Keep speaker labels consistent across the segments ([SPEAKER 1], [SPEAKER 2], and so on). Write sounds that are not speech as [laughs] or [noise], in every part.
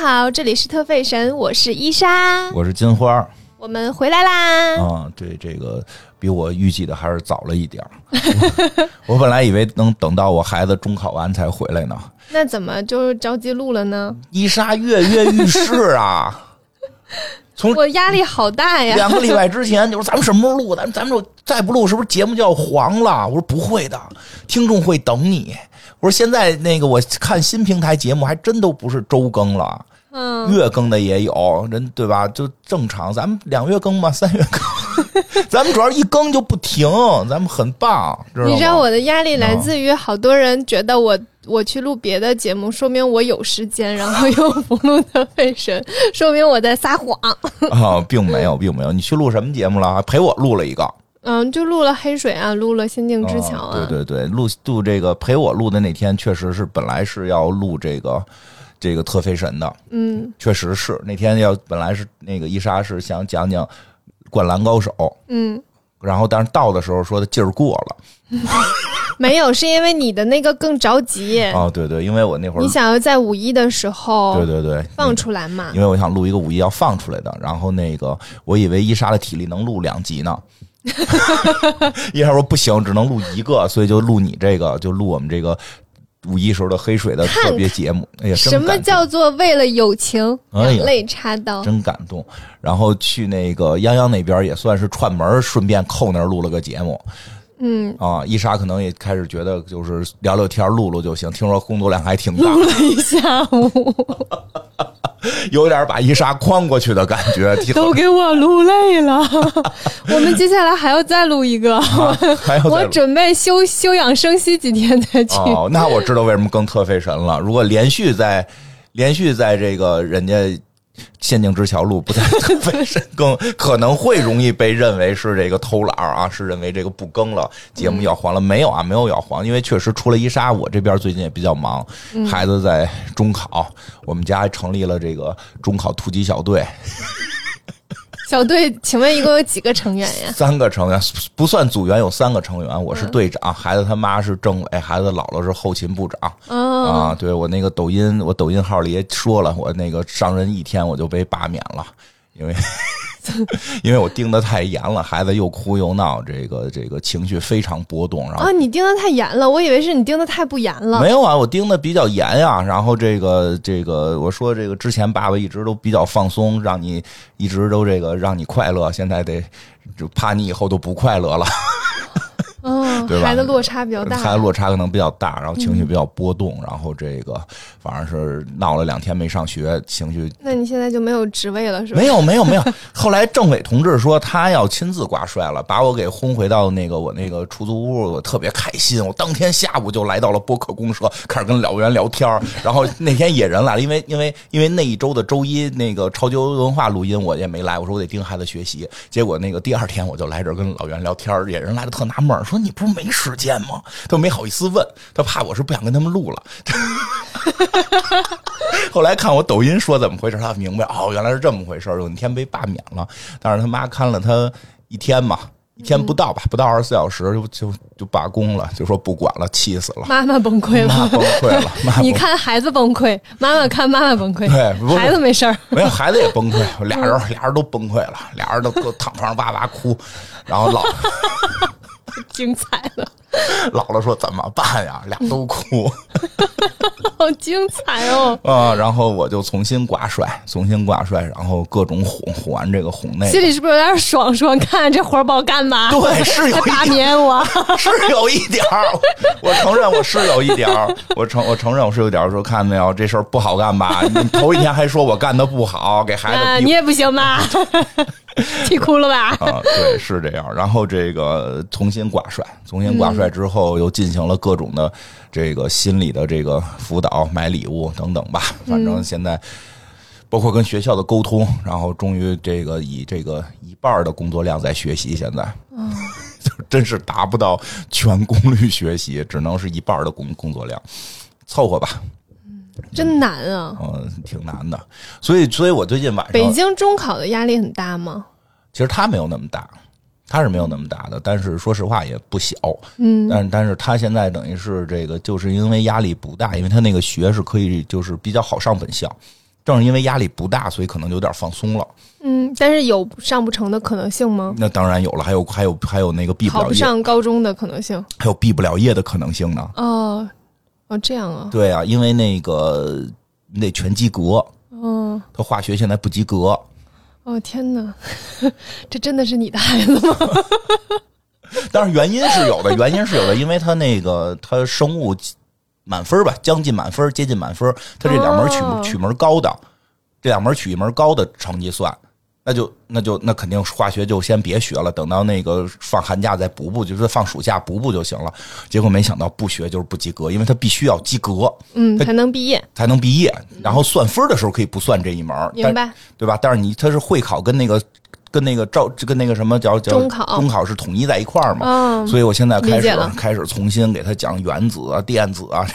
[SPEAKER 1] 好，这里是特费神，我是伊莎，
[SPEAKER 2] 我是金花儿
[SPEAKER 1] 我们回来啦。
[SPEAKER 2] 啊，对这个比我预计的还是早了一点儿。我我本来以为能等到我孩子中考完才回来呢。
[SPEAKER 1] 那怎么就着急录了呢？
[SPEAKER 2] 伊莎跃跃欲试啊！从
[SPEAKER 1] 我压力好大哎呀！
[SPEAKER 2] 两个礼拜之前就说咱们什么时候录，咱们咱们就再不录，是不是节目就要黄了？我说不会的，听众会等你。我说现在那个我看新平台节目还真都不是周更了，
[SPEAKER 1] [laughs] 嗯，
[SPEAKER 2] 月更的也有人对吧？就正常，咱们两月更吧， [laughs] 三月更， [laughs] 咱们主要一更就不停，咱们很棒，知道吗？
[SPEAKER 1] 你知道我的压力来自于好多人觉得我我去录别的节目，说明我有时间，然后又不录特费神，说明我在撒谎。 [laughs]
[SPEAKER 2] 啊，并没有，并没有。你去录什么节目了？还陪我录了一个
[SPEAKER 1] 嗯，就录了黑水啊，录了仙境之桥啊，
[SPEAKER 2] 啊对对对，录录这个陪我录的那天，确实是本来是要录这个这个特飞神的，
[SPEAKER 1] 嗯
[SPEAKER 2] 确实是那天要本来是那个伊莎是想讲讲灌篮高手，
[SPEAKER 1] 嗯，
[SPEAKER 2] 然后但是到的时候说的劲儿过了
[SPEAKER 1] 没有，是因为你的那个更着急，
[SPEAKER 2] 啊，对对，因为我那会儿
[SPEAKER 1] 嗯你想要在五一的时候
[SPEAKER 2] 对对对
[SPEAKER 1] 放出来嘛？
[SPEAKER 2] 因为我想录一个五一要放出来的，然后那个我以为伊莎的体力能录两
[SPEAKER 1] [laughs]
[SPEAKER 2] 集呢，伊莎说不行，只能录一个，所以就录你这个，就录我们这个五一时候的黑水的特别节目。哎呀，真
[SPEAKER 1] 什么
[SPEAKER 2] 感动
[SPEAKER 1] 叫做为了友情
[SPEAKER 2] 哎呀
[SPEAKER 1] 两肋插刀？
[SPEAKER 2] 真感动？然后去那个泱泱那边也算是串门，顺便扣那儿录了个节目。
[SPEAKER 1] 嗯，
[SPEAKER 2] 啊，伊莎可能也开始觉得就是聊聊天、录录就行。听说工作量还挺大，
[SPEAKER 1] 一下
[SPEAKER 2] [laughs]
[SPEAKER 1] 午
[SPEAKER 2] 有点把伊莎诓过去的感觉，挺好
[SPEAKER 1] 给我录累
[SPEAKER 2] [laughs]
[SPEAKER 1] 了。我们接下来还要再录一个，
[SPEAKER 2] 啊还 [laughs] 要再
[SPEAKER 1] 我
[SPEAKER 2] 录
[SPEAKER 1] 准备休休养生息几天再 [laughs] 去。
[SPEAKER 2] 哦，那我知道为什么更特费神了。如果连续在连续在这个人家仙境之桥路不在 [laughs] 特费神更，可能会容易被认为是这个偷懒儿啊，是认为这个不更了，节目要黄了。没有啊，没有要黄，因为确实除了伊莎，我这边最近也比较忙，孩子在中考，我们家还成立了这个中考突击小队，
[SPEAKER 1] 小队，请问一共有几个成员呀？
[SPEAKER 2] 三个成员不算组员有三个成员，我是队长，孩子他妈是政委，孩子姥姥是后勤部长。
[SPEAKER 1] 嗯、
[SPEAKER 2] 啊，对我那个抖音，我抖音号里也说了，我那个上任一天我就被罢免了，
[SPEAKER 1] [laughs]
[SPEAKER 2] 因为因为我盯得太严了，孩子又哭又闹，这个这个情绪非常波动，然后
[SPEAKER 1] 啊，你盯得太严了，我以为是你盯得太不严了。
[SPEAKER 2] 没有啊，我盯的比较严呀、然后这个这个，我说这个之前爸爸一直都比较放松，让你一直都这个让你快乐，现在得就怕你以后都不快乐了。
[SPEAKER 1] 嗯、
[SPEAKER 2] 对吧
[SPEAKER 1] 孩子落差比较
[SPEAKER 2] 孩
[SPEAKER 1] 大。嗯
[SPEAKER 2] 子落差可能比较大，然后情绪比较波动，然后这个反正是闹了两天没上学，情绪
[SPEAKER 1] 那你现在就没有职位了是吧
[SPEAKER 2] 没？有没有没有，后来政委同志说他要亲自挂帅了，把我给轰回到那个我那个出租屋，我特别开心。我当天下午就来到了播客公社，开始跟老袁聊天儿。然后那天野人来了，因为因为因为那一周的周一那个超级文化录音我也没来，我说我得盯孩子学习。结果那个第二天我就来这儿跟老袁聊天儿，野人来了特纳闷儿，说你不是没时间吗？他没好意思问，他怕我是不想跟他们录了。后来看我抖音说怎么回事，他明白哦，原来是这么回事。有一天被罢免了，但是他妈看了他一天嘛，一天不到吧，不到二十四小时就就就罢工了，就说不管了，气死了，
[SPEAKER 1] [laughs] 妈妈崩溃
[SPEAKER 2] 妈
[SPEAKER 1] 了。
[SPEAKER 2] 崩溃
[SPEAKER 1] [laughs]
[SPEAKER 2] 了，妈崩
[SPEAKER 1] 你
[SPEAKER 2] 溃了。
[SPEAKER 1] 看孩子崩溃，妈妈看妈妈崩溃
[SPEAKER 2] 对不，
[SPEAKER 1] 孩子没事儿。
[SPEAKER 2] 没有，孩子也崩溃，俩人俩人都崩溃了，俩人都都躺床上哇哇哭，然后老 [laughs]
[SPEAKER 1] 精彩了，
[SPEAKER 2] 姥姥说怎么办呀？俩都哭
[SPEAKER 1] 好精彩哦！
[SPEAKER 2] 啊、然后我就重新挂帅，重新挂帅，然后各种哄哄完这个哄那
[SPEAKER 1] 心
[SPEAKER 2] 个，
[SPEAKER 1] 里是不是有点爽？说看这活儿不好干吧？
[SPEAKER 2] 哎对，是有
[SPEAKER 1] 还
[SPEAKER 2] 一
[SPEAKER 1] 罢
[SPEAKER 2] 点
[SPEAKER 1] 免我，
[SPEAKER 2] [laughs] 是有一点儿，我承认我是有一点儿，我承我承认我是有点儿。说看见没有，这事儿不好干吧？你头一天还说我干的不好，给
[SPEAKER 1] 啊，
[SPEAKER 2] 孩子
[SPEAKER 1] 你
[SPEAKER 2] 逼
[SPEAKER 1] 也不行
[SPEAKER 2] [laughs]
[SPEAKER 1] 吧？气哭了吧？
[SPEAKER 2] 啊，对，是这样。然后这个重新挂帅，重新
[SPEAKER 1] 嗯
[SPEAKER 2] 挂帅之后，又进行了各种的这个心理的这个辅导、买礼物等等吧。反
[SPEAKER 1] 嗯
[SPEAKER 2] 正现在。包括跟学校的沟通，然后终于这个以这个一半儿的工作量在学习，现在，嗯， [laughs] 就真是达不到全功率学习，只能是一半儿的工工作量，凑合吧，
[SPEAKER 1] 真难啊！
[SPEAKER 2] 嗯、挺难的。所以，所以我最近晚
[SPEAKER 1] 北
[SPEAKER 2] 上，
[SPEAKER 1] 京中考的压力很大吗？
[SPEAKER 2] 其实他没有那么大，他是没有那么大的，但是说实话也不小，
[SPEAKER 1] 嗯
[SPEAKER 2] 但但是他现在等于是这个，就是因为压力不大，因为他那个学是可以就是比较好上本校，正是因为压力不大，所以可能有点放松了。
[SPEAKER 1] 嗯，但是有上不成的可能性吗？
[SPEAKER 2] 那当然有了，还有还有还有那个毕不
[SPEAKER 1] 考
[SPEAKER 2] 了
[SPEAKER 1] 不
[SPEAKER 2] 业，
[SPEAKER 1] 上高中的可能性？
[SPEAKER 2] 还有毕不了业的可能性呢。
[SPEAKER 1] 哦，哦，这样啊，
[SPEAKER 2] 对啊，因为那个你得全及格，
[SPEAKER 1] 嗯，
[SPEAKER 2] 他化学现在不及格。
[SPEAKER 1] 哦天哪， [laughs] 这真的是你的孩子吗？
[SPEAKER 2] 但是原因是有的，原因是有的，因为他那个他生物满分吧，将近满分，接近满分，他这两门取、
[SPEAKER 1] 哦
[SPEAKER 2] 取门高的，这两门取一门高的成绩算，那就那就那肯定化学就先别学了，等到那个放寒假再补补，就是放暑假补补就行了。结果没想到不学就是不及格，因为他必须要及格
[SPEAKER 1] 嗯，才能毕业，
[SPEAKER 2] 才能毕业，然后算分的时候可以不算这一门，
[SPEAKER 1] 明
[SPEAKER 2] 但
[SPEAKER 1] 白？
[SPEAKER 2] 对吧？但是你他是会考跟那个。跟那个照跟那个什么叫叫
[SPEAKER 1] 中考
[SPEAKER 2] 中考是统一在一块儿嘛，
[SPEAKER 1] 嗯，
[SPEAKER 2] 所以我现在开
[SPEAKER 1] 理解
[SPEAKER 2] 始
[SPEAKER 1] 了
[SPEAKER 2] 开始重新给他讲原子
[SPEAKER 1] [laughs]
[SPEAKER 2] 啊、 [laughs] 电子啊，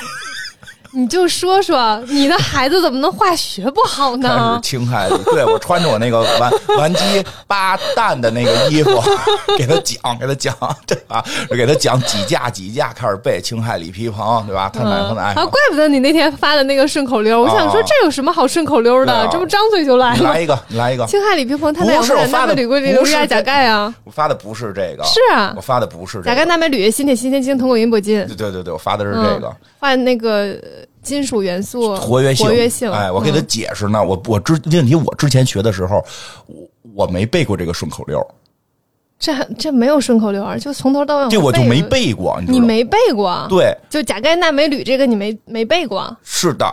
[SPEAKER 1] 你就说说你的孩子怎么能化学不好
[SPEAKER 2] [laughs] 开
[SPEAKER 1] 呢
[SPEAKER 2] 始？侵害
[SPEAKER 1] 嗯
[SPEAKER 2] 力。对我穿着我那个玩 [laughs] 玩鸡八蛋的那个衣服， [laughs] 给他讲，给他讲， [laughs] 对吧？给他讲几架几架，开始背氢氦锂铍硼，对吧？碳氖
[SPEAKER 1] 嗯
[SPEAKER 2] 氦氖
[SPEAKER 1] 啊，。怪不得你那天发的那个顺口溜，我想说
[SPEAKER 2] 啊
[SPEAKER 1] 这有什么好顺口溜
[SPEAKER 2] 对
[SPEAKER 1] 的
[SPEAKER 2] 啊？
[SPEAKER 1] 这不张嘴就来
[SPEAKER 2] 你
[SPEAKER 1] 了
[SPEAKER 2] 来。一个，你来一个。
[SPEAKER 1] 氢氦锂铍硼碳氖
[SPEAKER 2] 不是我
[SPEAKER 1] 氖
[SPEAKER 2] 发
[SPEAKER 1] 钠
[SPEAKER 2] 的
[SPEAKER 1] 镁铝硅硫
[SPEAKER 2] 不是
[SPEAKER 1] 氯氩钾钙啊，
[SPEAKER 2] 我发的不是这个，
[SPEAKER 1] 是啊
[SPEAKER 2] 我，发的不是
[SPEAKER 1] 钾钙
[SPEAKER 2] 这个。
[SPEAKER 1] 钠镁铝锌铁锌铅锌铜汞银铂金，
[SPEAKER 2] 对对对对，我发的是这个
[SPEAKER 1] 换那个呃金属元素
[SPEAKER 2] 活跃性。
[SPEAKER 1] 活跃性。
[SPEAKER 2] 哎，我给他
[SPEAKER 1] 嗯
[SPEAKER 2] 解释呢。我我之问题，我之前学的时候，我我没背过这个顺口溜，
[SPEAKER 1] 哦这这没有顺口溜啊，就从头到尾
[SPEAKER 2] 这我就没
[SPEAKER 1] 背，
[SPEAKER 2] 背过，你知
[SPEAKER 1] 你
[SPEAKER 2] 道吗？
[SPEAKER 1] 没背过，
[SPEAKER 2] 对，
[SPEAKER 1] 就钾钙钠镁铝这个你没没背过，
[SPEAKER 2] 是的，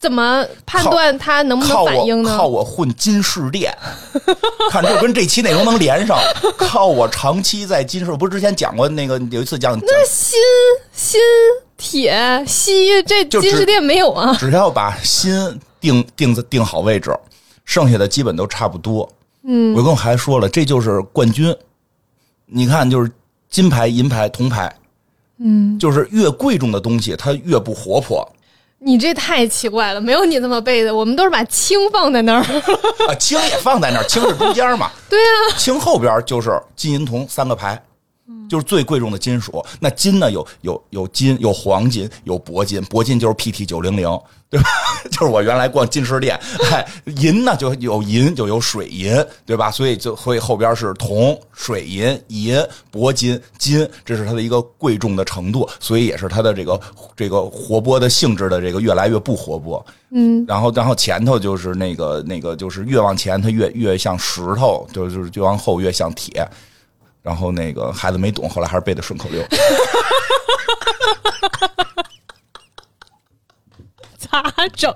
[SPEAKER 1] 怎么判断它能不能
[SPEAKER 2] 靠
[SPEAKER 1] 反
[SPEAKER 2] 我
[SPEAKER 1] 应呢
[SPEAKER 2] 靠？我混金饰店，看这跟这期内容能连上。靠我长期在金饰，不是之前讲过那个有一次讲，讲
[SPEAKER 1] 锌锌铁锡这
[SPEAKER 2] 就只
[SPEAKER 1] 金饰店没有啊？
[SPEAKER 2] 只要把心定定定好位置，剩下的基本都差不多。嗯，我跟我孩子说了，这就是冠军。你看，就是金牌、银牌、铜牌，嗯，就是越贵重的东西，它越不活泼。
[SPEAKER 1] 你这太奇怪了，没有你这么背的，我们都是把氢放在那儿。 [laughs]
[SPEAKER 2] 啊，氢也放在那儿，氢是中间 [laughs] 嘛。
[SPEAKER 1] 对
[SPEAKER 2] 啊，嗯氢后边就是金银铜三个牌，就是最贵重的金属。那金呢，有有有金，有黄金，有铂金，铂金就是 PT 九零零，对吧？ [laughs] 就是我原来逛金饰店，哎，银呢就有银，就有水银，对吧？所以就所以后边是铜、水银、银、铂金、金，这是它的一个贵重的程度，所以也是它的这个这个活泼的性质的这个越来越不活泼。嗯，然后然后前头就是那个那个就是越往前它越越像石头，就是就是越往后越像铁。然后那个孩子没懂，后来还是背的顺口溜。
[SPEAKER 1] 咋整？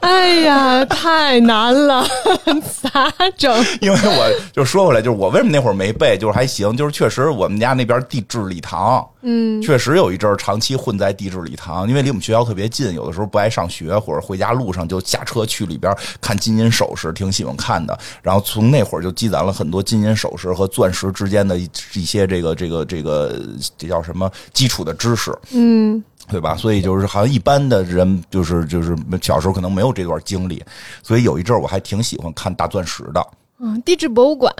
[SPEAKER 1] 哎呀，太难了， [laughs] 咋整？
[SPEAKER 2] 因为我就说回来，就是我为什么那会儿没背，就是还行，就是确实我们家那边地质礼堂，嗯，确实有一阵儿长期混在地质礼堂，因为离我们学校特别近，有的时候不爱上学或者回家路上就下车去里边看金银首饰，挺喜欢看的。然后从那会儿就积攒了很多金银首饰和钻石之间的一一些这个这个这个这叫什么基础的知识，
[SPEAKER 1] 嗯，
[SPEAKER 2] 对吧？所以就是好像一般的人，就是就是小时候可能没有这段经历，所以有一阵儿我还挺喜欢看大钻石的。
[SPEAKER 1] 嗯，地质博物馆，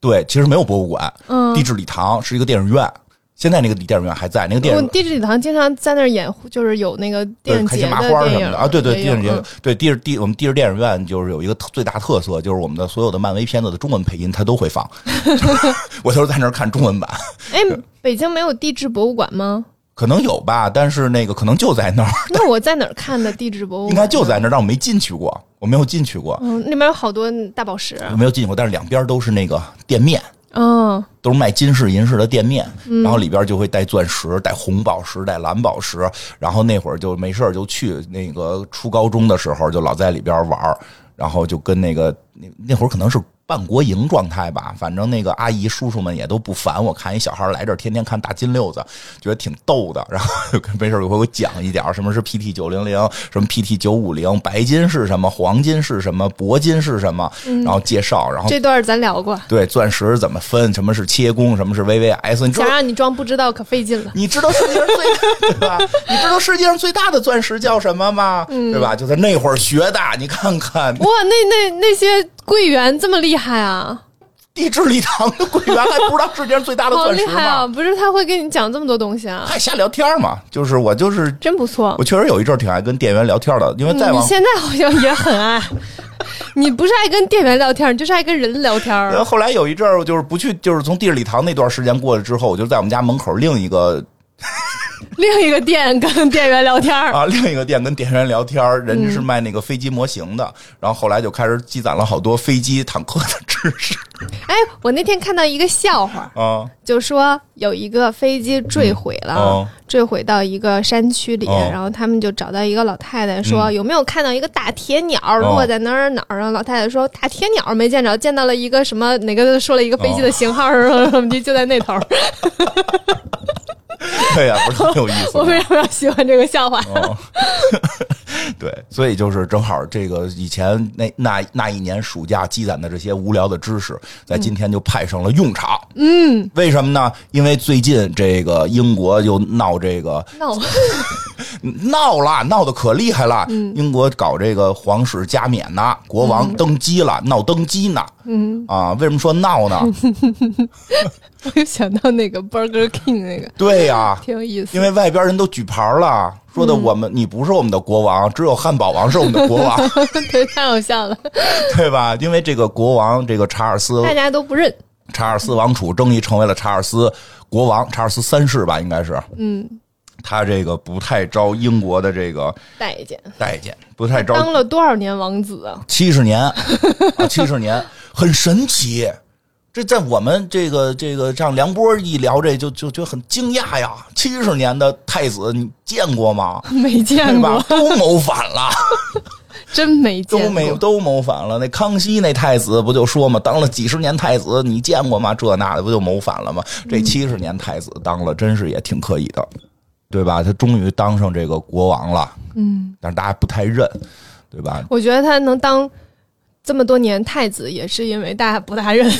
[SPEAKER 2] 对，其实没有博物馆，
[SPEAKER 1] 嗯
[SPEAKER 2] 地，质礼堂是一个电影院，现在那个电影院还在，那个电
[SPEAKER 1] 我
[SPEAKER 2] 影
[SPEAKER 1] 地质礼堂经常在那儿演，就是有那个嗯电
[SPEAKER 2] 对
[SPEAKER 1] 影
[SPEAKER 2] 开
[SPEAKER 1] 节
[SPEAKER 2] 心麻
[SPEAKER 1] 的
[SPEAKER 2] 花儿
[SPEAKER 1] 电
[SPEAKER 2] 什
[SPEAKER 1] 影
[SPEAKER 2] 么的啊，对对，
[SPEAKER 1] 也有
[SPEAKER 2] 电影节
[SPEAKER 1] 嗯
[SPEAKER 2] 对地质地我们地质电影院就是有一个特最大特色，就是我们的所有的漫威片子的中文配音它都
[SPEAKER 1] [laughs]
[SPEAKER 2] 会放，就是我都是在那儿看中文版，
[SPEAKER 1] 哎，北京没有地质博物馆吗？
[SPEAKER 2] 可能有吧，但是那个可能就在那儿，
[SPEAKER 1] 那我在哪儿看的地质博物
[SPEAKER 2] 应
[SPEAKER 1] 馆？
[SPEAKER 2] 该就在那儿，但我没进去过，我没有进去过，
[SPEAKER 1] 嗯，那边有好多大宝石。
[SPEAKER 2] 我没有进去过，但是两边都是那个店面。
[SPEAKER 1] 嗯，
[SPEAKER 2] 都是卖金饰银饰的店面，然后里边就会带钻石、带红宝石、带蓝宝石。然后那会儿就没事儿就去那个初高中的时候，就老在里边玩儿，然后就跟那个那那会儿可能是半国营状态吧，反正那个阿姨叔叔们也都不烦我，看一小孩来这儿天天看大金溜子，觉得挺逗的。 [laughs] 然后就跟没事儿就给我讲一点儿什么是 PT 九零零，什么 PT 九五零，白金是什么，黄金是什么，铂金是什么，然后介绍，然后
[SPEAKER 1] 这段儿咱聊过，
[SPEAKER 2] 对，钻石怎么分？什么是切工？什么是 VVS？你知
[SPEAKER 1] 想
[SPEAKER 2] 道？
[SPEAKER 1] 让你装不知道可费劲了。
[SPEAKER 2] 你知道世界上
[SPEAKER 1] [laughs]
[SPEAKER 2] 最对吧？你知道世界上最大的钻石叫什么吗？
[SPEAKER 1] 嗯
[SPEAKER 2] 对吧？就在那会儿学的，你看看
[SPEAKER 1] 哇，那那那些柜员这么厉害啊！
[SPEAKER 2] 地质礼堂的柜员还不知道世界上最大的
[SPEAKER 1] 好
[SPEAKER 2] 钻
[SPEAKER 1] 厉
[SPEAKER 2] 石
[SPEAKER 1] 害
[SPEAKER 2] 吗
[SPEAKER 1] 啊！？不是他会跟你讲这么多东西啊，
[SPEAKER 2] 还瞎聊天嘛？就是我就是
[SPEAKER 1] 真不错
[SPEAKER 2] 我。确实有一阵儿挺爱跟店员聊天的，因为再
[SPEAKER 1] 嗯你
[SPEAKER 2] 往
[SPEAKER 1] 现在好像也很
[SPEAKER 2] [laughs]
[SPEAKER 1] 爱，你不是爱跟店员聊天，你就是爱跟人聊天儿。
[SPEAKER 2] 呃然后后来有一阵儿，我就是不去，就是从地质礼堂那段时间过去之后，我就在我们家门口另一个
[SPEAKER 1] 另一个店跟店员聊天儿，
[SPEAKER 2] [laughs] 啊另一个店跟店员聊天儿，人家是卖那个飞机模型的，然后后来就开始积攒了好多飞机、坦克的知识 [laughs]
[SPEAKER 1] 哎，我那天看到一个笑话，
[SPEAKER 2] 啊。
[SPEAKER 1] 就说有一个飞机坠毁了，
[SPEAKER 2] 哦
[SPEAKER 1] 坠毁到一个山区里，
[SPEAKER 2] 哦嗯
[SPEAKER 1] 然后他们就找到一个老太太说、有没有看到一个大铁鸟
[SPEAKER 2] 哦
[SPEAKER 1] 落在哪儿哪儿？然后啊老太太说大铁鸟没见着，见到了一个什么哪个说了一个飞
[SPEAKER 2] 哦
[SPEAKER 1] 机的型号，然后 [laughs] 我们就就在那头儿。
[SPEAKER 2] 对呀、不是很有意思
[SPEAKER 1] 我
[SPEAKER 2] 吗。
[SPEAKER 1] 为什么要喜欢这个笑话？
[SPEAKER 2] 哦， [laughs] 对，所以就是正好这个以前那那那一年暑假积攒的这些无聊的知识，在今天就派上了用场。嗯，为什么呢？因为最近这个英国又闹这个
[SPEAKER 1] 那我
[SPEAKER 2] 闹了，闹得可厉害了。英国搞这个皇室加冕呢，国王登基了，闹登基呢。嗯啊，为什么说闹呢？
[SPEAKER 1] 我就想到那个 Burger King 那个
[SPEAKER 2] [laughs] 对呀、
[SPEAKER 1] 挺有意思
[SPEAKER 2] 因。为外边人都举牌了，说的我们、你不是我们的国王，只有汉堡王是我们的国 [laughs] 王。
[SPEAKER 1] [laughs] 对，太好笑了，
[SPEAKER 2] 对吧？因为这个国王，这个查尔斯，
[SPEAKER 1] 大家都不认。
[SPEAKER 2] 查尔斯王储争议成为了查尔斯国王，查尔斯三世吧，应该是。嗯，他这个不太招英国的这个
[SPEAKER 1] 待见，
[SPEAKER 2] 待见，不太招
[SPEAKER 1] 当了多少年王子啊？ [laughs]
[SPEAKER 2] 七十年，啊七十、70年很神奇。这在我们这个这个像梁波一聊这就就就很惊讶呀，七十年的太子你见过吗？
[SPEAKER 1] 没见
[SPEAKER 2] 对吧
[SPEAKER 1] 过，？
[SPEAKER 2] 都谋反
[SPEAKER 1] [laughs]
[SPEAKER 2] 了。
[SPEAKER 1] 真没见
[SPEAKER 2] 都
[SPEAKER 1] 过。
[SPEAKER 2] 没都谋反了。那康熙那太子不就说嘛，当了几十年太子，你见过吗？这那的不就谋反了吗？这
[SPEAKER 1] 嗯
[SPEAKER 2] 七十年太子当了，真是也挺可以的，对吧？他终于当上这个国王了，嗯，但是大家不太认，对吧？
[SPEAKER 1] 我觉得他能当这么多年太子，也是因为大家不大
[SPEAKER 2] [laughs]
[SPEAKER 1] 认。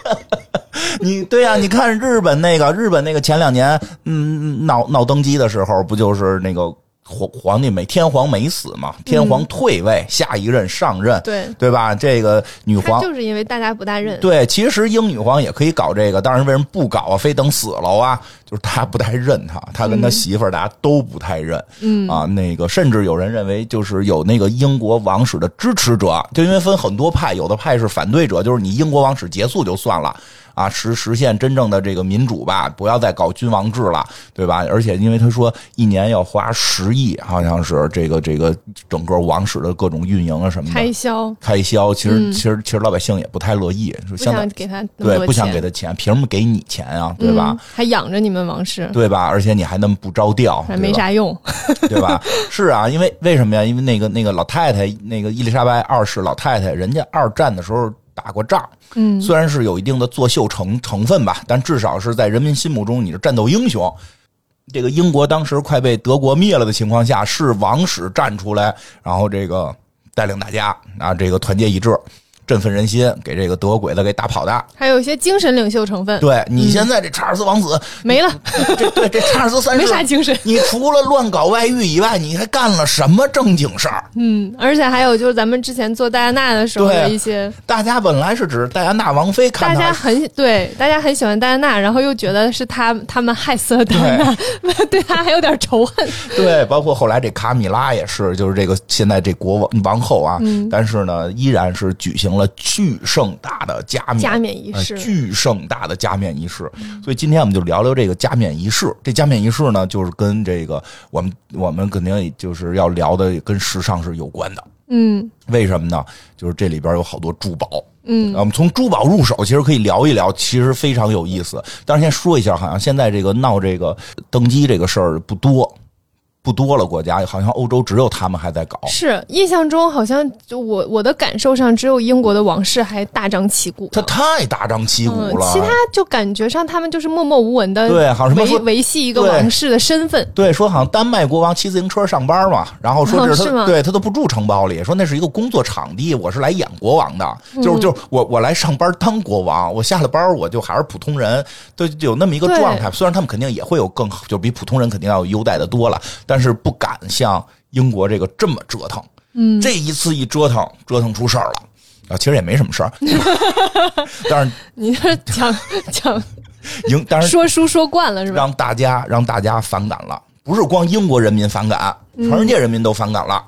[SPEAKER 1] [laughs]
[SPEAKER 2] 你对呀、你看日本那个日本那个前两年，嗯，闹闹登基的时候，不就是那个皇皇帝没天皇没死嘛，天皇退位，下一任上任，
[SPEAKER 1] 嗯对，
[SPEAKER 2] 对吧？这个女
[SPEAKER 1] 他
[SPEAKER 2] 皇
[SPEAKER 1] 就是因为大家不大认。
[SPEAKER 2] 对，其实英女皇也可以搞这个，但是为什么不搞啊？非等死了啊？就是大家不太认她，她跟她媳妇儿大家都不太认，嗯啊，那个甚至有人认为就是有那个英国王室的支持者，就因为分很多派，有的派是反对者，就是你英国王室结束就算了。啊，实实现真正的这个民主吧，不要再搞君王制了，对吧？而且因为他说一年要花十亿，好像是这个这个整个王室的各种运营啊什么的
[SPEAKER 1] 开销
[SPEAKER 2] 开销，其实、其实其实老百姓也不太乐意，
[SPEAKER 1] 嗯
[SPEAKER 2] 说
[SPEAKER 1] 不
[SPEAKER 2] 相
[SPEAKER 1] 想
[SPEAKER 2] 当
[SPEAKER 1] 给他那么多
[SPEAKER 2] 对
[SPEAKER 1] 钱，
[SPEAKER 2] 不想给他钱，凭什么给你钱啊？对吧？
[SPEAKER 1] 嗯还养着你们王室，
[SPEAKER 2] 对吧？而且你还那么不着调，
[SPEAKER 1] 还没
[SPEAKER 2] 对吧
[SPEAKER 1] 啥用。
[SPEAKER 2] 对吧？ [laughs] 是啊，因为为什么呀？因为那个那个老太太，那个伊丽莎白二世老太太，人家二战的时候打过仗，嗯，虽然是有一定的作秀成成分吧，但至少是在人民心目中你是战斗英雄。这个英国当时快被德国灭了的情况下，是王室站出来，然后这个带领大家啊，这个团结一致，振奋人心，给这个德国鬼子给打跑的。
[SPEAKER 1] 还有一些精神领袖成分，
[SPEAKER 2] 对你现在这查尔斯王子，
[SPEAKER 1] 没了，
[SPEAKER 2] 这对这查尔斯三世
[SPEAKER 1] 没啥精神。
[SPEAKER 2] 你除了乱搞外遇以外，你还干了什么正经事儿？
[SPEAKER 1] 嗯，而且还有就是咱们之前做戴安娜的时候
[SPEAKER 2] 对
[SPEAKER 1] 的一些，
[SPEAKER 2] 大家本来是指戴安娜王妃
[SPEAKER 1] 大
[SPEAKER 2] 看
[SPEAKER 1] 家
[SPEAKER 2] 她，
[SPEAKER 1] 很对，大家很喜欢戴安娜，然后又觉得是他他们害死了戴安娜， [laughs] 对她还有点仇恨。
[SPEAKER 2] 对，包括后来这卡米拉也是，就是这个现在这国王王后啊，但是呢，依然是举行了巨盛大的加冕
[SPEAKER 1] 加冕仪
[SPEAKER 2] 呃
[SPEAKER 1] 式
[SPEAKER 2] 巨盛大的加冕仪式。所以今天我们就聊聊这个加冕仪式。这加冕仪式呢，就是跟这个我们我们肯定也就是要聊的跟时尚是有关的。
[SPEAKER 1] 嗯，
[SPEAKER 2] 为什么呢？就是这里边有好多珠宝。嗯，我们从珠宝入手，其实可以聊一聊，其实非常有意思。但是先说一下，好像现在这个闹这个登基这个事儿不多，不多了。国家好像欧洲只有他们还在搞。
[SPEAKER 1] 是印象中好像就我我的感受上，只有英国的王室还大张旗鼓呢，
[SPEAKER 2] 它太大张旗鼓
[SPEAKER 1] 嗯，
[SPEAKER 2] 了，
[SPEAKER 1] 其他就感觉上他们就是默默无闻的，
[SPEAKER 2] 对好像什么
[SPEAKER 1] 维
[SPEAKER 2] 说
[SPEAKER 1] 维系一个
[SPEAKER 2] 对
[SPEAKER 1] 王室的身份，
[SPEAKER 2] 对，说好像丹麦国王骑自行车上班嘛，然后说这
[SPEAKER 1] 哦是
[SPEAKER 2] 他、
[SPEAKER 1] 吗
[SPEAKER 2] 对他都不住城堡里，说那是一个工作场地，我是来演国王的，
[SPEAKER 1] 嗯
[SPEAKER 2] 就是就是我我来上班当国王，我下了班我就还是普通人，对，就有那么一个
[SPEAKER 1] 对
[SPEAKER 2] 状态。虽然他们肯定也会有更好，就比普通人肯定要有优待的多了，但是不敢像英国这个这么折腾。嗯，这一次一折腾，折腾出事儿了。啊，其实也没什么
[SPEAKER 1] [laughs]
[SPEAKER 2] 事儿，但是
[SPEAKER 1] 你这
[SPEAKER 2] [laughs]
[SPEAKER 1] 讲讲
[SPEAKER 2] 赢，但是
[SPEAKER 1] 说书说惯了是吧？
[SPEAKER 2] 让大家让大家反感了，不是光英国人民反感，全世界人民都反感了，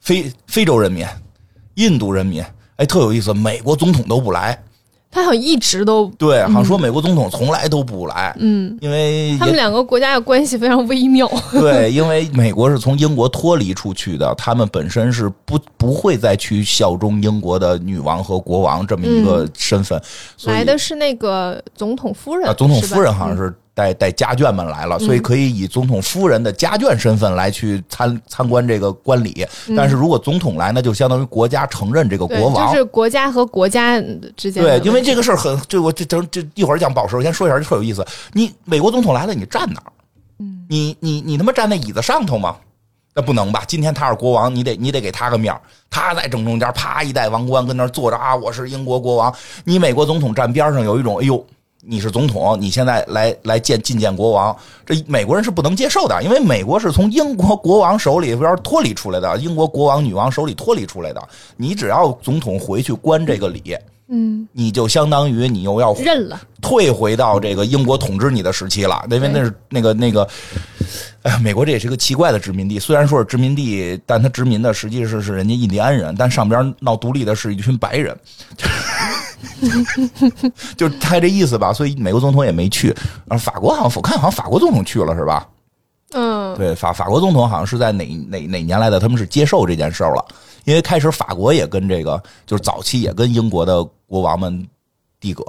[SPEAKER 2] 非非洲人民、印度人民，哎，特有意思，美国总统都不来，
[SPEAKER 1] 他好像一直都，
[SPEAKER 2] 对，好像说美国总统从来都不来，嗯，因为
[SPEAKER 1] 他
[SPEAKER 2] 也
[SPEAKER 1] 们两个国家的关系非常微妙。
[SPEAKER 2] 对，因为美国是从英国脱离出去的，他们本身是不不会再去效忠英国的女王和国王这么一个身份，所以
[SPEAKER 1] 来的是那个总统夫人，
[SPEAKER 2] 啊，总统
[SPEAKER 1] 是吧嗯
[SPEAKER 2] 夫人好像是带带家眷们来了，所以可以以总统夫人的家眷身份来去参参观这个观礼。但是如果总统来，那就相当于国家承认这个
[SPEAKER 1] 对，
[SPEAKER 2] 国王
[SPEAKER 1] 就。是国家和国家之间的
[SPEAKER 2] 对
[SPEAKER 1] 问，题。
[SPEAKER 2] 因为这个事儿很，这我这等这一会儿讲保时，我先说一下，这特有意思。你美国总统来了，你站哪儿？你你你他妈站在椅子上头吗？那不能吧？今天他是国王，你得你得给他个面儿。他在正中间，啪一戴王冠，跟那儿坐着啊，我是英国国王。你美国总统站边上，有一种哎呦，你是总统，你现在来来见觐见国王，这美国人是不能接受的，因为美国是从英国国王手里边脱离出来的，英国国王女王手里脱离出来的。你只要总统回去观这个礼，嗯，你就相当于你又要
[SPEAKER 1] 认了，
[SPEAKER 2] 退回到这个英国统治你的时期了，因为那是那个那个，哎呀，美国这也是一个奇怪的殖民地。虽然说是殖民地，但它殖民的实际是是人家印第安人，但上边闹独立的是一群白人，就是他这意思吧。所以美国总统也没去，啊，法国好像我看好像法国总统去了是吧？
[SPEAKER 1] 嗯，
[SPEAKER 2] 对，法法国总统好像是在哪哪哪年来的，他们是接受这件事儿了，因为开始法国也跟这个就是早期也跟英国的国王们递葛，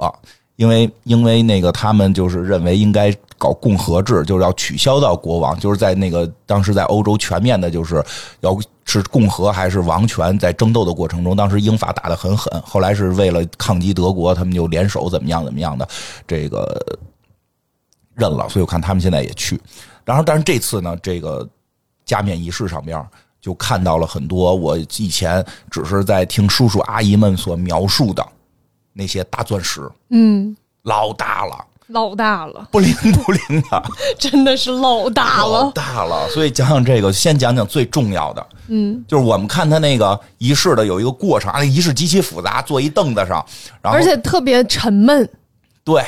[SPEAKER 2] 因为因为那个他们就是认为应该搞共和制，就是要取消掉国王，就是在那个当时在欧洲全面的就是要是共和还是王权在争斗的过程中，当时英法打得很狠，后来是为了抗击德国，他们就联手怎么样怎么样的这个认了，所以我看他们现在也去。然后，但是这次呢，这个加冕仪式上边儿就看到了很多我以前只是在听叔叔阿姨们所描述的那些大钻石，
[SPEAKER 1] 嗯，
[SPEAKER 2] 老大了， [laughs]
[SPEAKER 1] 老大了，
[SPEAKER 2] 不灵不灵的，
[SPEAKER 1] [laughs] 真的是老大
[SPEAKER 2] 老
[SPEAKER 1] 了。
[SPEAKER 2] 大了。所以讲讲这个，先讲讲最重要的，嗯，就是我们看他那个仪式的有一个过程，啊，那仪式极其复杂，坐一凳子上，然后
[SPEAKER 1] 而且特别沉闷、
[SPEAKER 2] 对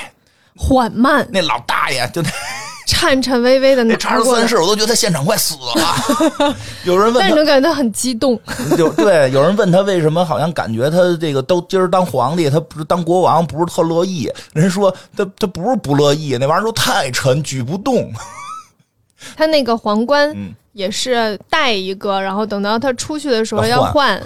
[SPEAKER 1] 缓慢、
[SPEAKER 2] 那老大爷就那。
[SPEAKER 1] 颤颤巍巍的
[SPEAKER 2] 那
[SPEAKER 1] 拿
[SPEAKER 2] 查尔斯
[SPEAKER 1] 过来
[SPEAKER 2] 三世，，我都觉得他现场快死了。
[SPEAKER 1] [laughs]
[SPEAKER 2] 有人问
[SPEAKER 1] 但
[SPEAKER 2] 他
[SPEAKER 1] 是，能感觉到很激
[SPEAKER 2] [laughs]
[SPEAKER 1] 动。
[SPEAKER 2] 就对，有人问他为什么好像感觉他这个都今儿当皇帝，他不是当国王，不是特乐意。人说他他不是不乐意，那玩意儿都太沉，举不动。 [laughs]
[SPEAKER 1] 他那个皇冠
[SPEAKER 2] 嗯
[SPEAKER 1] 也是戴一个，然后等到他出去的时候
[SPEAKER 2] 要
[SPEAKER 1] 要换，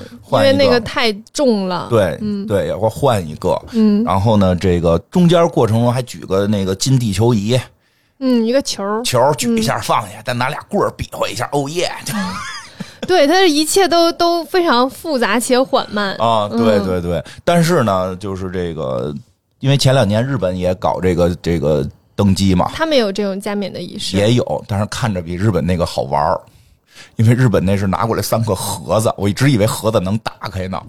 [SPEAKER 1] 因
[SPEAKER 2] 换
[SPEAKER 1] 为
[SPEAKER 2] 一个
[SPEAKER 1] 那个太重了。
[SPEAKER 2] 对，对，要换一个。嗯，然后呢，这个中间过程中还举个那个金地球仪
[SPEAKER 1] 嗯，一个球儿，
[SPEAKER 2] 球儿，举一下放下，再拿俩棍儿比划一下，哦耶！
[SPEAKER 1] 对，他这一切都都非常复杂且缓慢。
[SPEAKER 2] [laughs] 啊，对对对，但是呢，就是这个，因为前两年日本也搞这个这个登基嘛，
[SPEAKER 1] 他们有这种加冕的仪式，
[SPEAKER 2] 也有，但是看着比日本那个好玩儿，因为日本那是拿过来三个盒子，我一直以为盒子能打开呢。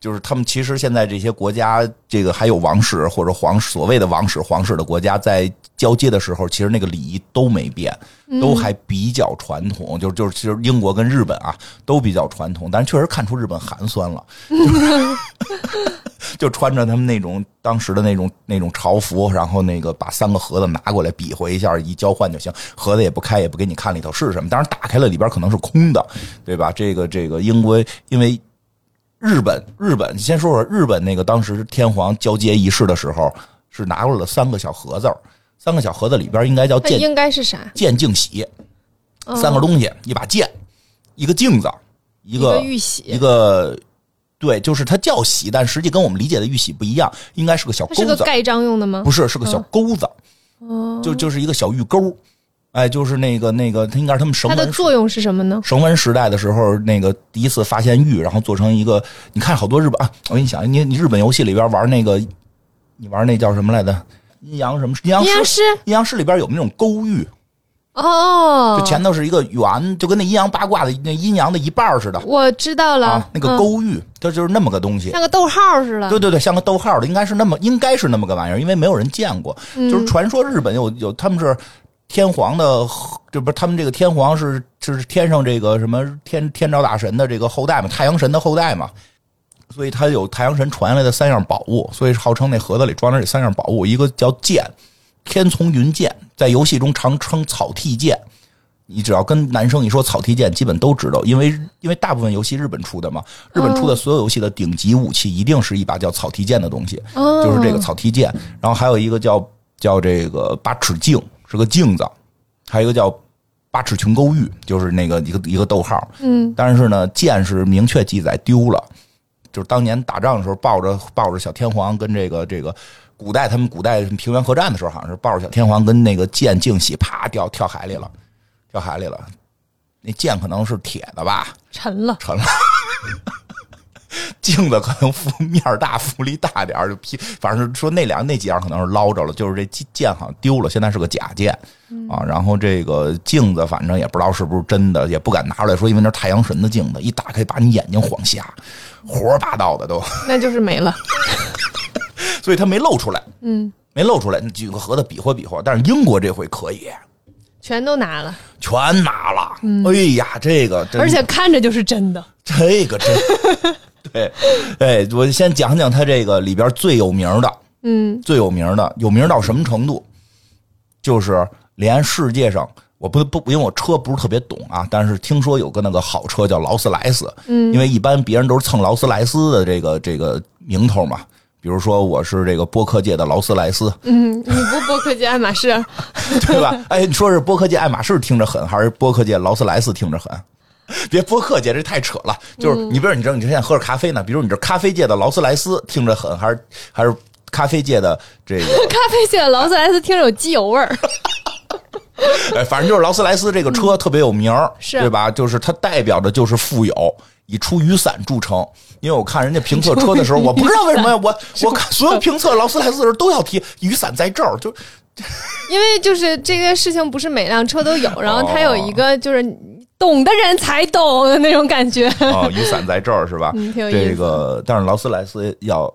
[SPEAKER 2] 就是他们其实现在这些国家，这个还有王室或者皇室所谓的王室、皇室的国家，在交接的时候，其实那个礼仪都没变，都还比较传统。就就是其实英国跟日本啊，都比较传统，但是确实看出日本寒酸了。就穿着他们那种当时的那种那种朝服，然后那个把三个盒子拿过来比划一下，一交换就行，盒子也不开，也不给你看里头是什么。当然打开了，里边可能是空的，对吧？这个这个英国因为。日本，日本，你先说说日本那个当时天皇交接仪式的时候，是拿过了三个小盒子儿，三个小盒子里边应该叫
[SPEAKER 1] 它
[SPEAKER 2] 剑
[SPEAKER 1] 应该是啥？
[SPEAKER 2] 剑镜玺，
[SPEAKER 1] 嗯
[SPEAKER 2] 三个东西，一把剑，一个镜子，一
[SPEAKER 1] 一
[SPEAKER 2] 个
[SPEAKER 1] 玉
[SPEAKER 2] 一
[SPEAKER 1] 玺，
[SPEAKER 2] 个，对，就是它叫玺，但实际跟我们理解的玉玺不一样，应该是个小
[SPEAKER 1] 它是
[SPEAKER 2] 钩
[SPEAKER 1] 个
[SPEAKER 2] 子，
[SPEAKER 1] 盖嗯哦章用的吗
[SPEAKER 2] 不？是，是个小钩子，就就是一个小玉钩，哎，就是那个那个，它应该是他们绳
[SPEAKER 1] 它的
[SPEAKER 2] 文
[SPEAKER 1] 作用是什么呢？
[SPEAKER 2] 绳文时代的时候，那个第一次发现玉，然后做成一个，你看好多日本啊，我跟你讲，你你日本游戏里边玩那个，你玩那叫什么来着？阴阳什么？阴阳
[SPEAKER 1] 阴阳
[SPEAKER 2] 师？
[SPEAKER 1] 师
[SPEAKER 2] 阴阳师里边有那种勾玉，
[SPEAKER 1] 哦，
[SPEAKER 2] 就前头是一个圆，就跟那阴阳八卦的那阴阳的一半儿似的
[SPEAKER 1] 我知道了，
[SPEAKER 2] 啊，那个
[SPEAKER 1] 嗯
[SPEAKER 2] 勾玉，它就是那么个东西。
[SPEAKER 1] 像个逗号似的。
[SPEAKER 2] 对对对，像个逗号的，应该是那么，应该是那么个玩意儿，因为没有人见过。就是传说日本有有他们是天皇的，这不是他们这个天皇是是天上这个什么天天照大神的这个后代嘛，太阳神的后代嘛。所以他有太阳神传下来的三样宝物，所以号称那盒子里装着这三样宝物，一个叫剑，天从云剑，在游戏中常称草剃剑。你只要跟男生一说草剃剑，基本都知道，因为因为大部分游戏日本出的嘛，日本出的所有游戏的顶级武器一定是一把叫草剃剑的东西，
[SPEAKER 1] 哦
[SPEAKER 2] 就是这个草剃剑。然后还有一个叫叫这个八尺镜，是个镜子，还有一个叫八尺琼勾玉，就是那个一个一个逗号。
[SPEAKER 1] 嗯，
[SPEAKER 2] 但是呢，剑是明确记载丢了，就是当年打仗的时候抱着抱着小天皇跟这个这个。古代他们古代平原核战的时候，好像是抱着小天皇跟那个剑惊喜，啪掉跳海里了。掉海里了。那剑可能是铁的吧，
[SPEAKER 1] 沉了，
[SPEAKER 2] 沉了。镜子可能浮面儿大，浮力大点儿，就劈。反正是说那两那几样可能是捞着了，就是这剑剑好像丢了，现在是个假剑啊。然后这个镜子反正也不知道是不是真的，也不敢拿出来说，因为那是太阳神的镜子，一打开把你眼睛晃瞎，胡说八道的都， [laughs]
[SPEAKER 1] 那就是没了。
[SPEAKER 2] 所以他没露出来，
[SPEAKER 1] 嗯，
[SPEAKER 2] 没露出来。那几个盒子比划比划，但是英国这回可以，
[SPEAKER 1] 全都拿了，
[SPEAKER 2] 全拿了。哎呀，这个真
[SPEAKER 3] 而且看着就是真的。
[SPEAKER 2] 这个真对，哎，我先讲讲它这个里边最有名的，
[SPEAKER 1] 嗯，
[SPEAKER 2] 最有名的，有名到什么程度？就是连世界上，我不不，因为我车不是特别懂啊，但是听说有个那个好车叫劳斯莱斯，嗯，因为一般别人都是蹭劳斯莱斯的这个这个名头嘛。比如说，我是这个播客界的劳斯莱斯，
[SPEAKER 1] 嗯，你不播客界爱马
[SPEAKER 2] [laughs]
[SPEAKER 1] 仕，
[SPEAKER 2] 对吧？哎，你说是播客界爱马仕听着狠，还是播客界劳斯莱斯听着狠？别播客界，这太扯了。就是你，比如你这你这现在喝着咖啡呢，比如你这咖啡界的劳斯莱斯听着狠，还是还是咖啡界的这个，
[SPEAKER 1] 咖啡界的劳斯莱斯听着有机油味儿。
[SPEAKER 2] 哎，反正就是劳斯莱斯这个车特别有名儿，
[SPEAKER 1] 是
[SPEAKER 2] 对吧？就是它代表的就是富有。以出雨伞著称，因为我看人家评测车的时候，我不知道为什么我我看所有评测劳斯莱斯的时候都要提雨伞在这儿，就
[SPEAKER 1] 因为就是这个事情不是每辆车都有，
[SPEAKER 2] 哦
[SPEAKER 1] 然后它有一个就是懂的人才懂的那种感觉。 [laughs]
[SPEAKER 2] 哦，雨伞在这儿是吧？
[SPEAKER 1] 嗯挺有意思
[SPEAKER 2] 这个，但是劳斯莱斯要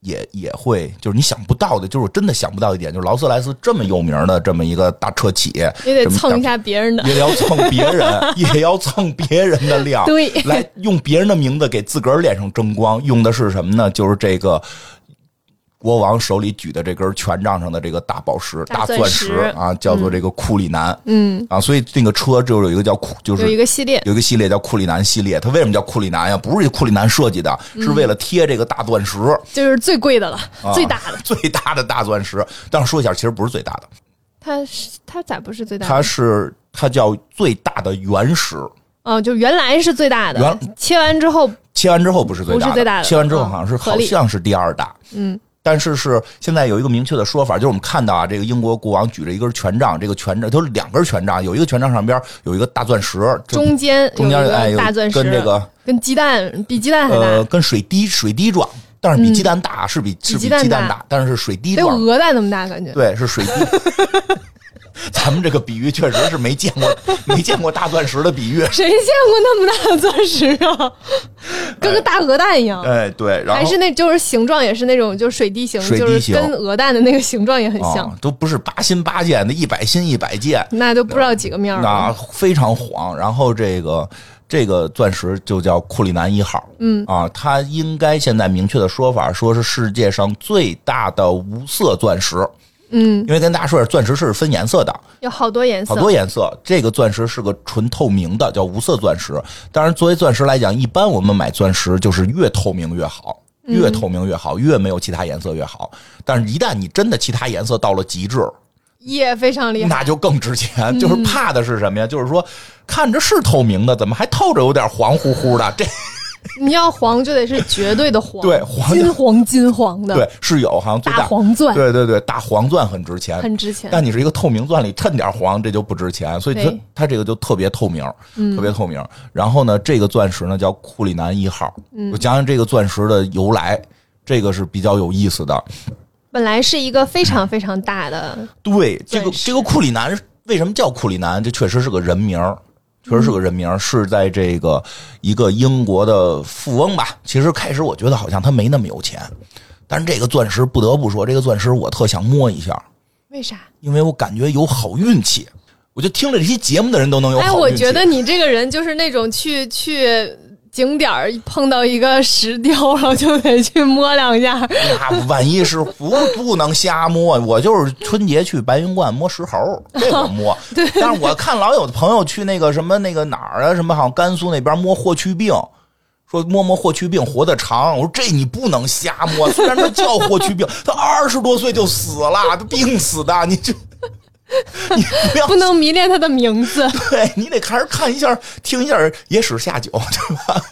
[SPEAKER 2] 也也会，就是你想不到的，就是我真的想不到一点，就是劳斯莱斯这么有名的这么一个大车企，
[SPEAKER 1] 也得
[SPEAKER 2] 这么
[SPEAKER 1] 蹭一下别人的，
[SPEAKER 2] 也要蹭别人，也要蹭别人的料，
[SPEAKER 1] 对
[SPEAKER 2] 来用别人的名字给自个儿脸上争光，用的是什么呢？就是这个国王手里举的这根权杖上的这个大宝石、
[SPEAKER 1] 大
[SPEAKER 2] 大
[SPEAKER 1] 钻
[SPEAKER 2] 钻
[SPEAKER 1] 石
[SPEAKER 2] 石啊，叫做这个库里南，
[SPEAKER 1] 嗯，
[SPEAKER 2] 啊，所以那个车就有一个叫库，就是
[SPEAKER 1] 有一个系列，
[SPEAKER 2] 有一个系列叫库里南系列，它为什么叫库里南呀？不是库里南设计的，
[SPEAKER 1] 嗯
[SPEAKER 2] 是为了贴这个大钻石，
[SPEAKER 3] 就是最贵的了，
[SPEAKER 2] 啊
[SPEAKER 3] 最大的。
[SPEAKER 2] 最大的大钻石。但是说一下，其实不是最大的，
[SPEAKER 1] 它是它咋不是最大的？
[SPEAKER 2] 它是它叫最大的原石。
[SPEAKER 1] 哦，就原来是最大的
[SPEAKER 2] 原，
[SPEAKER 1] 切完之后
[SPEAKER 2] 切完之后不是最大的，
[SPEAKER 1] 不是最大的
[SPEAKER 2] 切完之后好像是、
[SPEAKER 1] 嗯合
[SPEAKER 2] 好
[SPEAKER 1] 理
[SPEAKER 2] 像是第二大，
[SPEAKER 1] 嗯。
[SPEAKER 2] 但是是现在有一个明确的说法，就是我们看到啊，这个英国国王举着一根权杖，这个权杖就是两根权杖，有一个权杖上边有一个大钻石，就
[SPEAKER 1] 中间有
[SPEAKER 2] 中
[SPEAKER 1] 一
[SPEAKER 2] 间哎
[SPEAKER 1] 个
[SPEAKER 2] 有
[SPEAKER 1] 大钻石，
[SPEAKER 2] 跟这个
[SPEAKER 1] 跟鸡蛋比鸡蛋还大，哎
[SPEAKER 2] 呃跟水滴水滴状，但是比鸡蛋大，是比是
[SPEAKER 1] 比鸡
[SPEAKER 2] 比
[SPEAKER 1] 蛋
[SPEAKER 2] 鸡蛋
[SPEAKER 1] 大
[SPEAKER 2] 大，但是是水滴
[SPEAKER 1] 嗯得有
[SPEAKER 2] 状，
[SPEAKER 1] 鹅蛋那么大感觉。
[SPEAKER 2] 对，是水滴。 [laughs] 咱们这个比喻确实是没见过，没见过大钻石的比喻。
[SPEAKER 1] 谁见过那么大的钻石
[SPEAKER 2] [laughs]
[SPEAKER 1] 啊？跟个大鹅蛋一样。
[SPEAKER 2] 哎，对，然后
[SPEAKER 1] 还是那，就是形状也是那种，就是水滴形，
[SPEAKER 2] 水滴
[SPEAKER 1] 就是
[SPEAKER 2] 形
[SPEAKER 1] 跟鹅蛋的那个形状也很像，
[SPEAKER 2] 啊，都不是八心八箭的，一百心一百箭，
[SPEAKER 1] 那就不知道几个面儿了。
[SPEAKER 2] 那非常晃。然后这个这个钻石就叫库里南一号，嗯啊，它应该现在明确的说法说是世界上最大的无色钻石。
[SPEAKER 1] 嗯，
[SPEAKER 2] 因为跟大家说一下，钻石是分颜色的，
[SPEAKER 1] 有好多颜色，
[SPEAKER 2] 好多颜色。这个钻石是个纯透明的，叫无色钻石。当然，作为钻石来讲，一般我们买钻石就是越透明越好，越透明越好，越没有其他颜色越好。但是，一旦你真的其他颜色到了极致，
[SPEAKER 1] 也非常厉害。
[SPEAKER 2] 那就更值钱。 [laughs] 就是怕的是什么呀？就是说，看着是透明的，怎么还透着有点黄乎乎的？这
[SPEAKER 1] 你要黄就得是绝对的黄，
[SPEAKER 2] 对黄
[SPEAKER 3] 金黄金黄的，
[SPEAKER 2] 对是有，好像最
[SPEAKER 3] 大黄钻
[SPEAKER 2] 对对对，大黄钻很值钱，
[SPEAKER 1] 很值钱。
[SPEAKER 2] 但你是一个透明钻里衬点黄，这就不值钱，所以它
[SPEAKER 1] 对嗯
[SPEAKER 2] 它这个就特别透明，特别透明。然后呢，这个钻石呢叫库里南一号，
[SPEAKER 1] 嗯
[SPEAKER 2] 我讲讲这个钻石的由来，这个是比较有意思的。
[SPEAKER 1] 本来是一个非常非常大的，
[SPEAKER 2] 对，这个
[SPEAKER 1] 钻石
[SPEAKER 2] 这个库里南为什么叫库里南？这确实是个人名儿，
[SPEAKER 1] 嗯
[SPEAKER 2] 确实是个人名儿，是在这个一个英国的富翁吧。其实开始我觉得好像他没那么有钱，但是这个钻石不得不说，这个钻石我特想摸一下，
[SPEAKER 1] 为啥？
[SPEAKER 2] 因为我感觉有好运气。我就听着这期节目的人都能有好
[SPEAKER 1] 哎，
[SPEAKER 2] 运气。
[SPEAKER 1] 我觉得你这个人就是那种去去
[SPEAKER 3] 景点儿碰到一个石雕，然后就得去摸两下。
[SPEAKER 2] [laughs] 那哎万一是不不能瞎摸，我就是春节去白云观摸石猴，这我摸。但是我看老有朋友去那个什么那个哪儿啊，什么好像甘肃那边摸霍去病。说摸摸霍去病活得长，我说这你不能瞎摸。虽然他叫霍去病，他二十多岁就死了，他病死的。你这，你不要
[SPEAKER 3] 不能迷恋它的名字。
[SPEAKER 2] 对你得还是看一下，听一下野史下酒，对吧？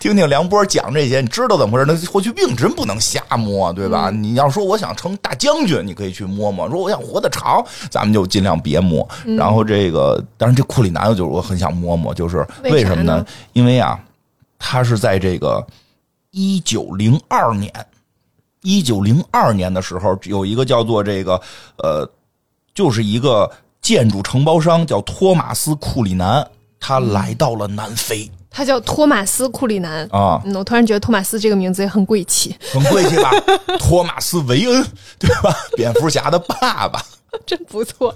[SPEAKER 2] 听听梁波讲这些，你知道怎么回事？那霍去病真不能瞎摸，对吧？
[SPEAKER 1] 嗯
[SPEAKER 2] 你要说我想成大将军，你可以去摸摸；说我想活得长，咱们就尽量别摸。
[SPEAKER 1] 嗯
[SPEAKER 2] 然后这个，当然这库里南，就是我很想摸摸，就是
[SPEAKER 1] 为
[SPEAKER 2] 为什么
[SPEAKER 1] 啥
[SPEAKER 2] 呢
[SPEAKER 1] 呢？
[SPEAKER 2] 因为啊，他是在这个一九零二年，一九零二年的时候，有一个叫做这个呃，就是一个建筑承包商叫托马斯库里南，他来到了南非
[SPEAKER 3] 他叫托马斯·库里南。
[SPEAKER 2] 啊，
[SPEAKER 3] 嗯，我突然觉得托马斯这个名字也很贵气， [laughs]
[SPEAKER 2] 很贵气吧？ [laughs] 托马斯韦恩，对吧？蝙蝠侠的爸 [laughs] 爸。
[SPEAKER 3] 真不
[SPEAKER 2] [laughs]
[SPEAKER 3] 错。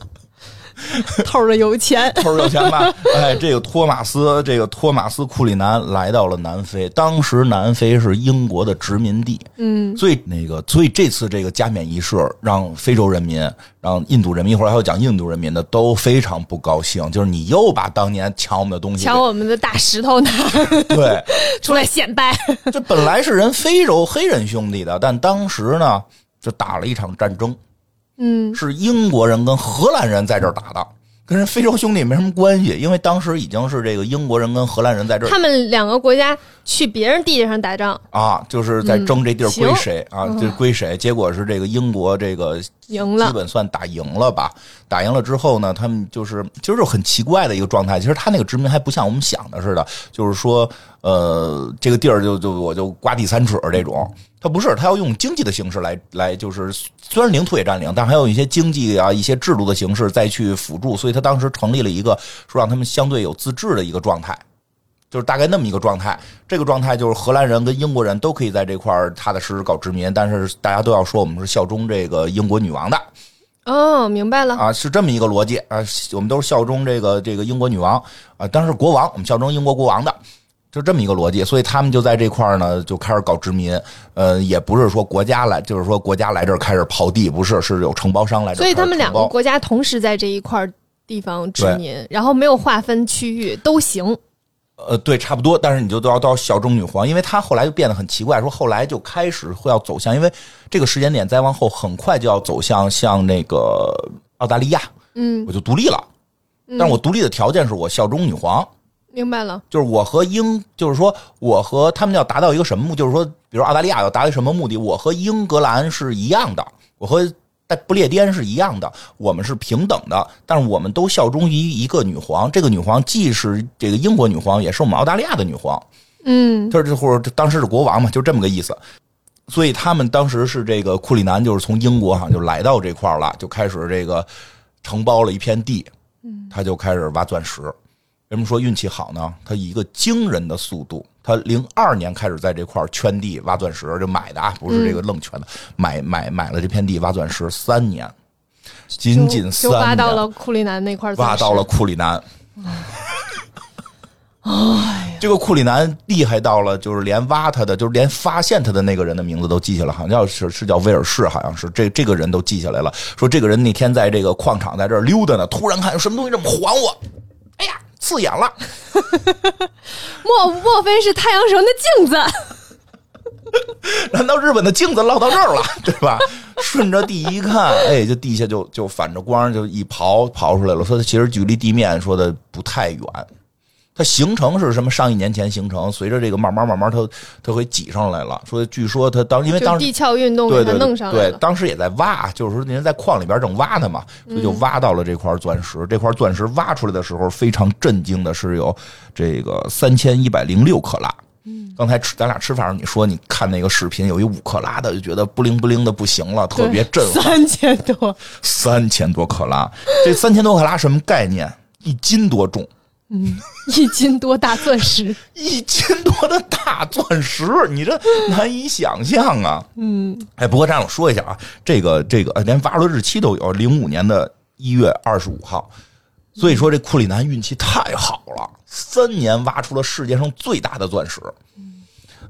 [SPEAKER 3] 透着有钱，
[SPEAKER 2] 头儿有钱吧？哎，这个托马斯，这个托马斯库里南来到了南非，当时南非是英国的殖民地，嗯，所以那个，所以这次这个加冕仪式让非洲人民，让印度人民，一会儿还要讲印度人民的，都非常不高兴，就是你又把当年抢我们的东西给，
[SPEAKER 3] 抢我们的大石头
[SPEAKER 2] [laughs]
[SPEAKER 3] 拿
[SPEAKER 2] 对，
[SPEAKER 3] 出来显摆。
[SPEAKER 2] [laughs] 这本来是人非洲黑人兄弟的，但当时呢，就打了一场战争，嗯，是英国人跟荷兰人在这儿打的，跟人非洲兄弟没什么关系，因为当时已经是这个英国人跟荷兰人在这儿
[SPEAKER 1] 他们两个国家去别人地界上打仗，
[SPEAKER 2] 啊，就是在争这地儿
[SPEAKER 1] 嗯行嗯
[SPEAKER 2] 归谁、啊，这归谁，结果是这个英国这个
[SPEAKER 3] 赢
[SPEAKER 2] 基
[SPEAKER 3] 了，
[SPEAKER 2] 本算打赢了吧。打赢了之后呢，他们就是其实就是很奇怪的一个状态。其实他那个殖民还不像我们想的似的，就是说，呃，这个地儿就就我就刮地三尺这种。他不是，他要用经济的形式来来，就是虽然领土也占领，但还有一些经济啊、一些制度的形式再去辅助。所以他当时成立了一个说让他们相对有自治的一个状态。就是大概那么一个状态。这个状态就是荷兰人跟英国人都可以在这块儿踏踏实实搞殖民，但是大家都要说我们是效忠这个英国女王的
[SPEAKER 1] 哦，明白了，
[SPEAKER 2] 啊，是这么一个逻辑啊，我们都是效忠这个这个英国女王啊，当然是国王，我们效忠英国国王的。就这么一个逻辑，所以他们就在这块儿呢，就开始搞殖民。呃，也不是说国家来，就是说国家来这儿开始刨地，不是，是有承包商来这儿开
[SPEAKER 1] 所以
[SPEAKER 2] 始承包。
[SPEAKER 1] 他们两个国家同时在这一块儿地方殖民，然后没有划分区域都行。
[SPEAKER 2] 呃，对，差不多，但是你就都要到效忠女皇，因为她后来就变得很奇怪，说后来就开始会要走向，因为这个时间点再往后很快就要走向像那个澳大利亚，
[SPEAKER 1] 嗯，
[SPEAKER 2] 我就独立了，但是我独立的条件是我效忠女皇，
[SPEAKER 1] 明白了，
[SPEAKER 2] 就是我和英，就是说我和他们要达到一个什么目，就是说，比如澳大利亚要达到什么目的，我和英格兰是一样的，我和不列颠是一样的，我们是平等的，但是我们都效忠于一个女皇，这个女皇既是这个英国女皇，也是我们澳大利亚的女皇，
[SPEAKER 1] 嗯，
[SPEAKER 2] 就是或者当时是国王嘛，就这么个意思。所以他们当时是这个库里南，就是从英国哈就来到这块儿了，就开始这个承包了一片地，
[SPEAKER 3] 嗯
[SPEAKER 2] 他就开始挖钻石。为什么说运气好呢？他以一个惊人的速度，他零二年开始在这块儿圈地挖钻石，就买的啊，不是这个
[SPEAKER 3] 嗯
[SPEAKER 2] 愣圈的，买买买了这片地挖钻石三年，仅仅
[SPEAKER 3] 就
[SPEAKER 2] 三
[SPEAKER 3] 就挖
[SPEAKER 2] 年
[SPEAKER 3] 到了库里南那块儿钻石，
[SPEAKER 2] 挖到了库里南。这个库里南厉害到了，就是连挖他的，就是连发现他的那个人的名字都记下来，好像叫是是叫威尔士，好像是这这个人都记下来了。说这个人那天在这个矿场在这儿溜达呢，突然看什么东西这么晃我，哎呀，刺眼了。
[SPEAKER 3] 莫莫非是太阳神的镜子？
[SPEAKER 2] 难道日本的镜子落到这儿了，对吧？顺着地一看，哎，就地下就就反着光就一刨刨出来了。说它其实距离地面说的不太远，它形成是什么？上一年前形成，随着这个慢慢慢慢它它会挤上来了。说据说它当因为
[SPEAKER 1] 就
[SPEAKER 2] 当时
[SPEAKER 1] 地壳运动
[SPEAKER 2] 对
[SPEAKER 1] 给它
[SPEAKER 2] 对
[SPEAKER 1] 弄上来
[SPEAKER 2] 对，
[SPEAKER 1] 了。
[SPEAKER 2] 当时也在挖，就是说人在矿里边正挖呢嘛，所
[SPEAKER 1] 嗯
[SPEAKER 2] 以就挖到了这块钻石。这块钻石挖出来的时候，非常震惊的是有这个三千一百零六克拉。
[SPEAKER 1] 嗯
[SPEAKER 2] 刚才吃咱俩吃饭时候你说你看那个视频，有一五克拉的，就觉得不灵不灵的不行了，特别震撼。
[SPEAKER 3] 三千多，
[SPEAKER 2] 三千多克拉，这三千多克拉什么概念？一斤多重，
[SPEAKER 3] 一斤多大钻石，
[SPEAKER 2] 一斤多的大钻石，你这难以想象啊！嗯，哎，不过这样我说一下啊，这个这个呃连挖出的日期都有，零五年的一月二十五号，所以说这库里南运气太好了，三年挖出了世界上最大的钻石。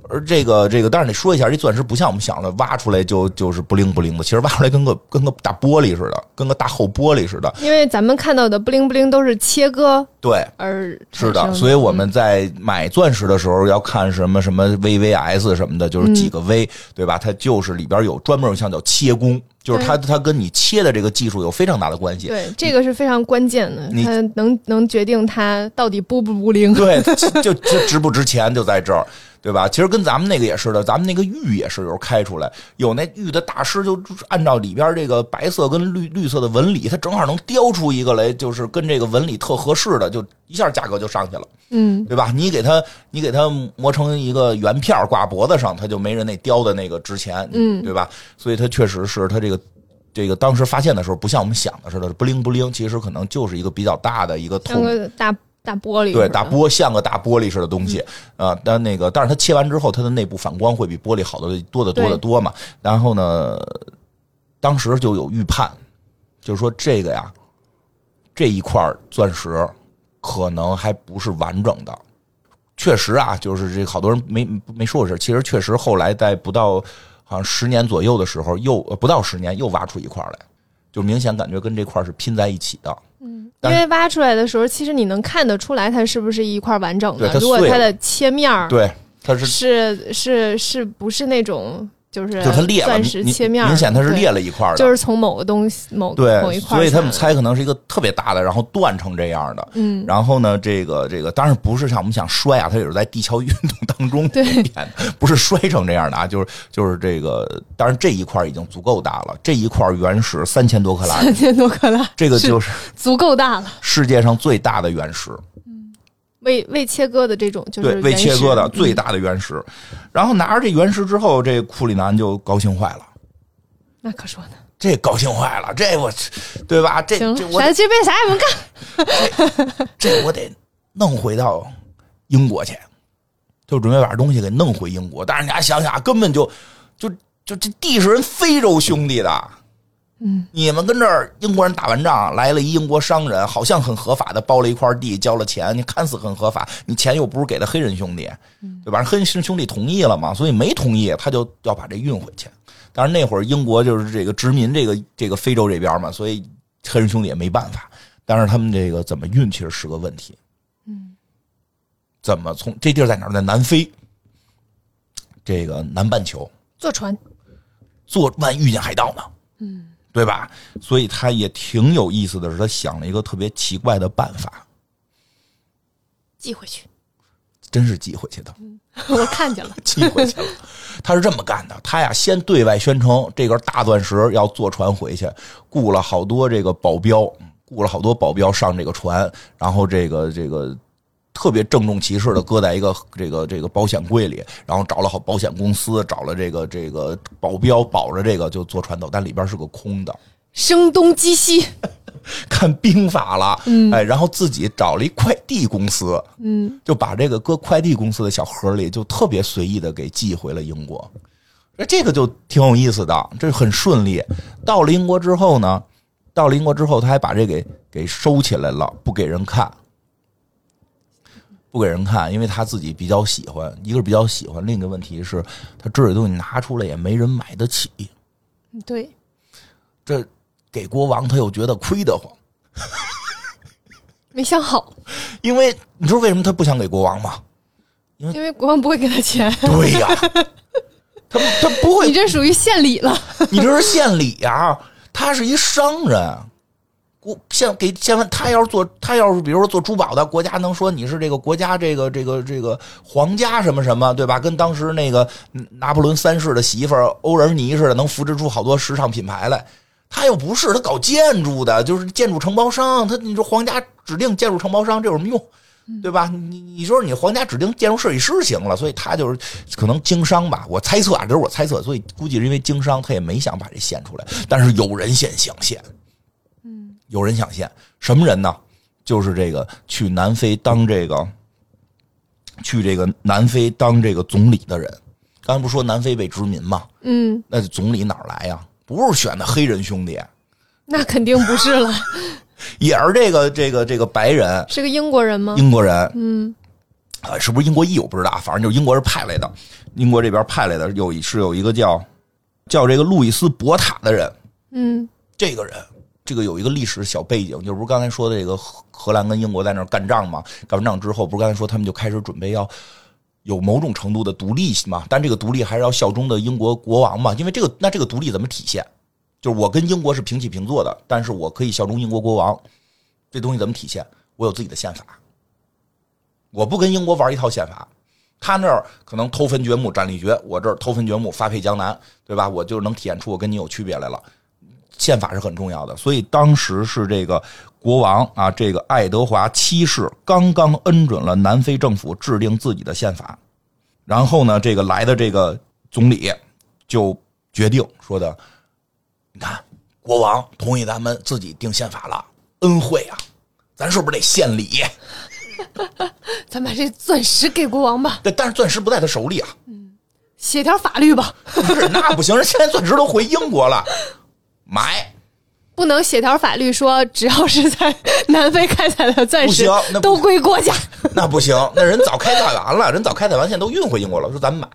[SPEAKER 2] 而这个这个，但是得说一下，这钻石不像我们想的挖出来就就是不灵不灵的，其实挖出来跟个跟个大玻璃似的，跟个大厚玻璃似的。
[SPEAKER 1] [laughs] 因为咱们看到的不灵不灵都是切割
[SPEAKER 2] 对，
[SPEAKER 1] 而
[SPEAKER 2] 是
[SPEAKER 1] 产
[SPEAKER 2] 的，
[SPEAKER 1] 生
[SPEAKER 2] 所以我们在买钻石的时候要看什么什么 VVS 什么的，就是几个
[SPEAKER 1] 嗯
[SPEAKER 2] V，、对吧？它就是里边有专门有项叫切工，就是它它跟你切的这个技术有非常大的关系。
[SPEAKER 1] 对这个是非常关键的
[SPEAKER 2] 你，
[SPEAKER 1] 它能能决定它到底不不不灵。
[SPEAKER 2] 对，就就值不值钱就在这儿，对吧？其实跟咱们那个也是的，咱们那个玉也是有时候开出来，有那玉的大师就按照里边这个白色跟绿绿色的纹理，它正好能雕出一个来，就是跟这个纹理特合适的，就一下价格就上去了，
[SPEAKER 1] 嗯，
[SPEAKER 2] 对吧？你给它你给它磨成一个圆片儿挂脖子上，它就没人那雕的那个值钱，嗯，对吧？所以它确实是它这个。这个当时发现的时候，不像我们想的似的，不灵不灵，其实可能就是一个比较大的一个
[SPEAKER 1] 像
[SPEAKER 2] 桶
[SPEAKER 1] 个大大玻璃似的，
[SPEAKER 2] 对，大玻像个大玻璃似的东西啊、呃但那个，但是它切完之后，它的内部反光会比玻璃好的多得多得多嘛。然后呢，当时就有预判，就是说这个呀，这一块钻石可能还不是完整的。确实啊，就是这好多人没没说过这事儿，其实确实后来在不到好像十年左右的时候，又呃不到十年又挖出一块来，就明显感觉跟这块是拼在一起的。
[SPEAKER 1] 因为挖出来的时候，其实你能看得出来它是不是一块完整
[SPEAKER 2] 对它
[SPEAKER 1] 的。如果
[SPEAKER 2] 碎了
[SPEAKER 1] 它的切面儿
[SPEAKER 2] 对，它是
[SPEAKER 1] 是是是不是那种就是
[SPEAKER 2] 就它裂了，
[SPEAKER 1] 钻
[SPEAKER 2] 明
[SPEAKER 1] 石
[SPEAKER 2] 明
[SPEAKER 1] 切面儿，
[SPEAKER 2] 明显它是
[SPEAKER 1] 对
[SPEAKER 2] 裂，了一块儿的，
[SPEAKER 1] 就是从某个东西某某一
[SPEAKER 2] 对，
[SPEAKER 1] 块儿下来，
[SPEAKER 2] 所以他们猜可能是一个特别大的，然后断成这样的。
[SPEAKER 1] 嗯，
[SPEAKER 2] 然后呢，这个这个当然不是像我们想摔啊，它也是在地壳运动当中
[SPEAKER 1] 对
[SPEAKER 2] 演的，不是摔成这样的啊，就是就是这个，当然这一块已经足够大了，这一块原石三千多克拉，
[SPEAKER 3] 三千多克拉，
[SPEAKER 1] [laughs]
[SPEAKER 2] 这个就是
[SPEAKER 3] 足够大了。
[SPEAKER 2] 世界上最大的原石。
[SPEAKER 1] 未未切割的这种就是
[SPEAKER 2] 对，未
[SPEAKER 1] 嗯原
[SPEAKER 2] 切割
[SPEAKER 1] 始嗯
[SPEAKER 2] 的最大的原石。然后拿着这原石之后，这库里南就高兴坏了，
[SPEAKER 3] 那可说呢，
[SPEAKER 2] 这高兴坏了，这我，对吧？这
[SPEAKER 3] 行
[SPEAKER 2] 这，我
[SPEAKER 3] 咱这辈啥也不干。
[SPEAKER 2] 这我得弄回到英国去，就准备把这东西给弄回英国。但是你还想想，根本就就就这地是人非洲兄弟的，嗯，你们跟这儿英国人打完仗来了一英国商人，好像很合法的包了一块地，交了钱，你看似很合法，你钱又不是给的黑人兄弟，对吧？黑人兄弟同意了嘛，所以没同意，他就要把这运回去。但是那会儿英国就是这个殖民这个这个非洲这边嘛，所以黑人兄弟也没办法。但是他们这个怎么运其实是个问题。嗯，怎么从这地儿在哪儿？在南非，这个南半球
[SPEAKER 1] 坐船，
[SPEAKER 2] 做万一遇见海盗呢？嗯，对吧？所以他也挺有意思的是，他想了一个特别奇怪的办法，
[SPEAKER 3] 寄回
[SPEAKER 1] [laughs]
[SPEAKER 3] 去，
[SPEAKER 2] 真是寄回去的。
[SPEAKER 3] 我看见了。
[SPEAKER 2] 寄回去了。他是这么干的，他呀先对外宣称这个大钻石要坐船回去，雇了好多这个保镖，雇了好多保镖上这个船，然后这个这个。特别郑重其事的搁在一个这个这个保险柜里，然后找了好保险公司，找了这个这个保镖保着这个就坐船走，但里边是个空的，
[SPEAKER 3] 声东击西，
[SPEAKER 2] 看兵法了，哎，然后自己找了一快递公司，嗯，就把这个搁快递公司的小盒里，就特别随意的给寄回了英国。那这个就挺有意思的，这很顺利。到了英国之后呢，到了英国之后，他还把这给给收起来了，不给人看，不给人看，因为他自己比较喜欢，一个是比较喜欢，另一个问题是，他这些东西拿出来也没人买得起，
[SPEAKER 1] 嗯对，
[SPEAKER 2] 这给国王他又觉得亏得慌。
[SPEAKER 1] 没想好，
[SPEAKER 2] 因为你知道为什么他不想给国王吗？
[SPEAKER 3] 因为国王不会给他钱，
[SPEAKER 2] 对呀、他他不
[SPEAKER 3] 你
[SPEAKER 2] 会，
[SPEAKER 3] 这属于献礼了。
[SPEAKER 2] 你这是献礼啊！他是一商人，国现给现在他要是做，他要是比如说做珠宝的，国家能说你是这个国家这个这个这个皇家什么什么，对吧？跟当时那个嗯拿破仑三世的媳妇儿欧仁妮似的，能扶植出好多时尚品牌来。他又不是，他搞建筑的，就是建筑承包商。他你说皇家指定建筑承包商，这有什么用？对吧？你你说你皇家指定建筑设计师行了，所以他就是可能经商吧。我猜测啊，这是我猜测，所以估计是因为经商，他也没想把这献出来。但是有人献想献，嗯，有人想献什么人呢？就是这个去南非当这个去这个南非当这个总理的人。刚才不是说南非被殖民吗？
[SPEAKER 1] 嗯，
[SPEAKER 3] [laughs]
[SPEAKER 2] 那总理哪儿来呀？不是选的黑人兄弟，
[SPEAKER 1] 那肯定不是了，
[SPEAKER 2] 也是这个这个这个白人
[SPEAKER 1] 是个英国人吗？
[SPEAKER 2] 英国人，
[SPEAKER 1] 嗯，
[SPEAKER 2] 啊，是不是英国裔我不知道，反正就是英国人派来的，英国这边派来的有一是有一个叫叫这个路易斯博塔的人，
[SPEAKER 1] 嗯，
[SPEAKER 2] 这个人。这个有一个历史小背景，就是不是刚才说的这个荷荷兰跟英国在那儿干仗嘛？干完仗之后，不是刚才说他们就开始准备要有某种程度的独立嘛？但这个独立还是要效忠的英国国王嘛？因为这个那这个独立怎么体现？就是我跟英国是平起平坐的，但是我可以效忠英国国王，这东西怎么体现？我有自己的宪法，我不跟英国玩一套宪法。他那儿可能偷坟掘墓斩立决，我这儿偷坟掘墓发配江南，对吧？我就能体现出我跟你有区别来了。宪法是很重要的，所以当时是这个国王啊，这个爱德华七世刚刚恩准了南非政府制定自己的宪法，然后呢，这个来的这个总理就决定说的，你看国王同意咱们自己定宪法了，恩惠啊，咱是不是得献礼？
[SPEAKER 3] 咱把这钻石给国王吧，
[SPEAKER 2] 但但是钻石不在他手里啊，
[SPEAKER 3] 写条法律吧，
[SPEAKER 2] 不是那不行，人现在钻石都回英国了，买。
[SPEAKER 3] 不能写条法律说只要是在南非开采的钻石
[SPEAKER 2] 不行那不
[SPEAKER 3] 都归国家。
[SPEAKER 2] [laughs] 那不行，那人早开采完了，人早开采完，现在都运回英国了。说咱买，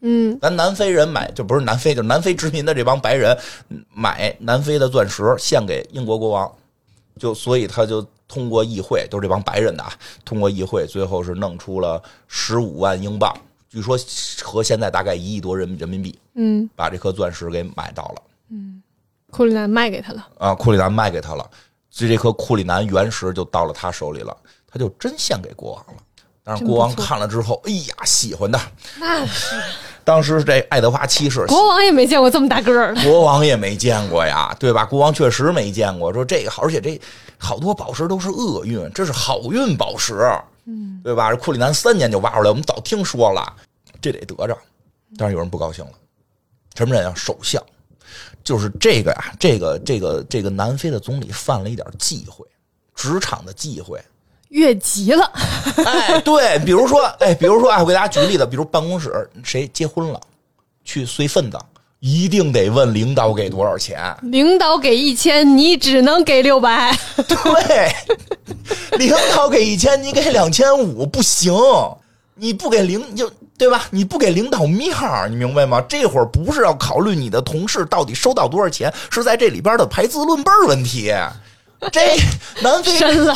[SPEAKER 2] 嗯，咱南非人买，就不是南非，就是南非殖民的这帮白人嗯买南非的钻石献给英国国王，就所以他就通过议会，都是这帮白人的啊，通过议会，最后是弄出了十五万英镑，据说和现在大概一亿多人人民币，
[SPEAKER 1] 嗯，
[SPEAKER 2] 把这颗钻石给买到了。
[SPEAKER 1] 库里南卖给他了，
[SPEAKER 2] 啊，库里南卖给他了，所以这颗库里南原石就到了他手里了，他就真献给国王了。但是国王看了之后，哎呀，喜欢的。
[SPEAKER 1] 那
[SPEAKER 2] 当时这爱德华七世，
[SPEAKER 3] 国王也没见过这么大个儿的，
[SPEAKER 2] 国王也没见过呀， [laughs] 对吧？国王确实没见过，说这个好，而且这好多宝石都是厄运，这是好运宝石，嗯，对吧？这库里南三年就挖出来，我们早听说了，这得得着。但是有人不高兴了，什么人啊？首相，就是这个呀、这个这个这个南非的总理犯了一点忌讳，职场的忌讳。
[SPEAKER 3] 越级了，
[SPEAKER 2] 哎，对，比如说，哎，比如说，哎，我给大家举个例子，比如办公室谁结婚了，去随份子，一定得问领导给多少钱。
[SPEAKER 3] 领导给一千，你只能给六 [laughs] 百，
[SPEAKER 2] 对，领导给一千，你给两千五不行，你不给领你就对吧？你不给领导面儿，你明白吗？这会儿不是要考虑你的同事到底收到多少钱，是在这里边的排资论辈儿问题。这南非
[SPEAKER 3] 深了。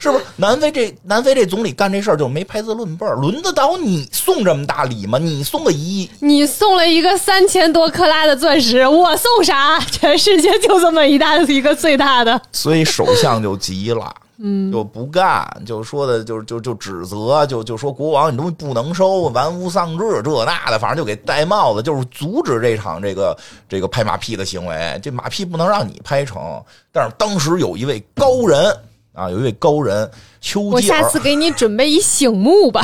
[SPEAKER 2] 是不是南非这南非这总理干这事儿就没排资论辈儿，轮得到你送这么大礼吗？你送个一亿，
[SPEAKER 3] 你送了一个三千多克拉的钻石，我送啥？全世界就这么一大一个最大的，
[SPEAKER 2] 所以首相就急了，嗯，就不干，就说的就就就指责，就就说国王你东西不能收，玩物丧志这那的，反正就给戴帽子，就是阻止这场这个这个拍马屁的行为，这马屁不能让你拍成。但是当时有一位高人啊，有一位高人丘
[SPEAKER 3] 我
[SPEAKER 2] 吉尔，
[SPEAKER 3] 下次给你准备一醒目 [laughs] 吧。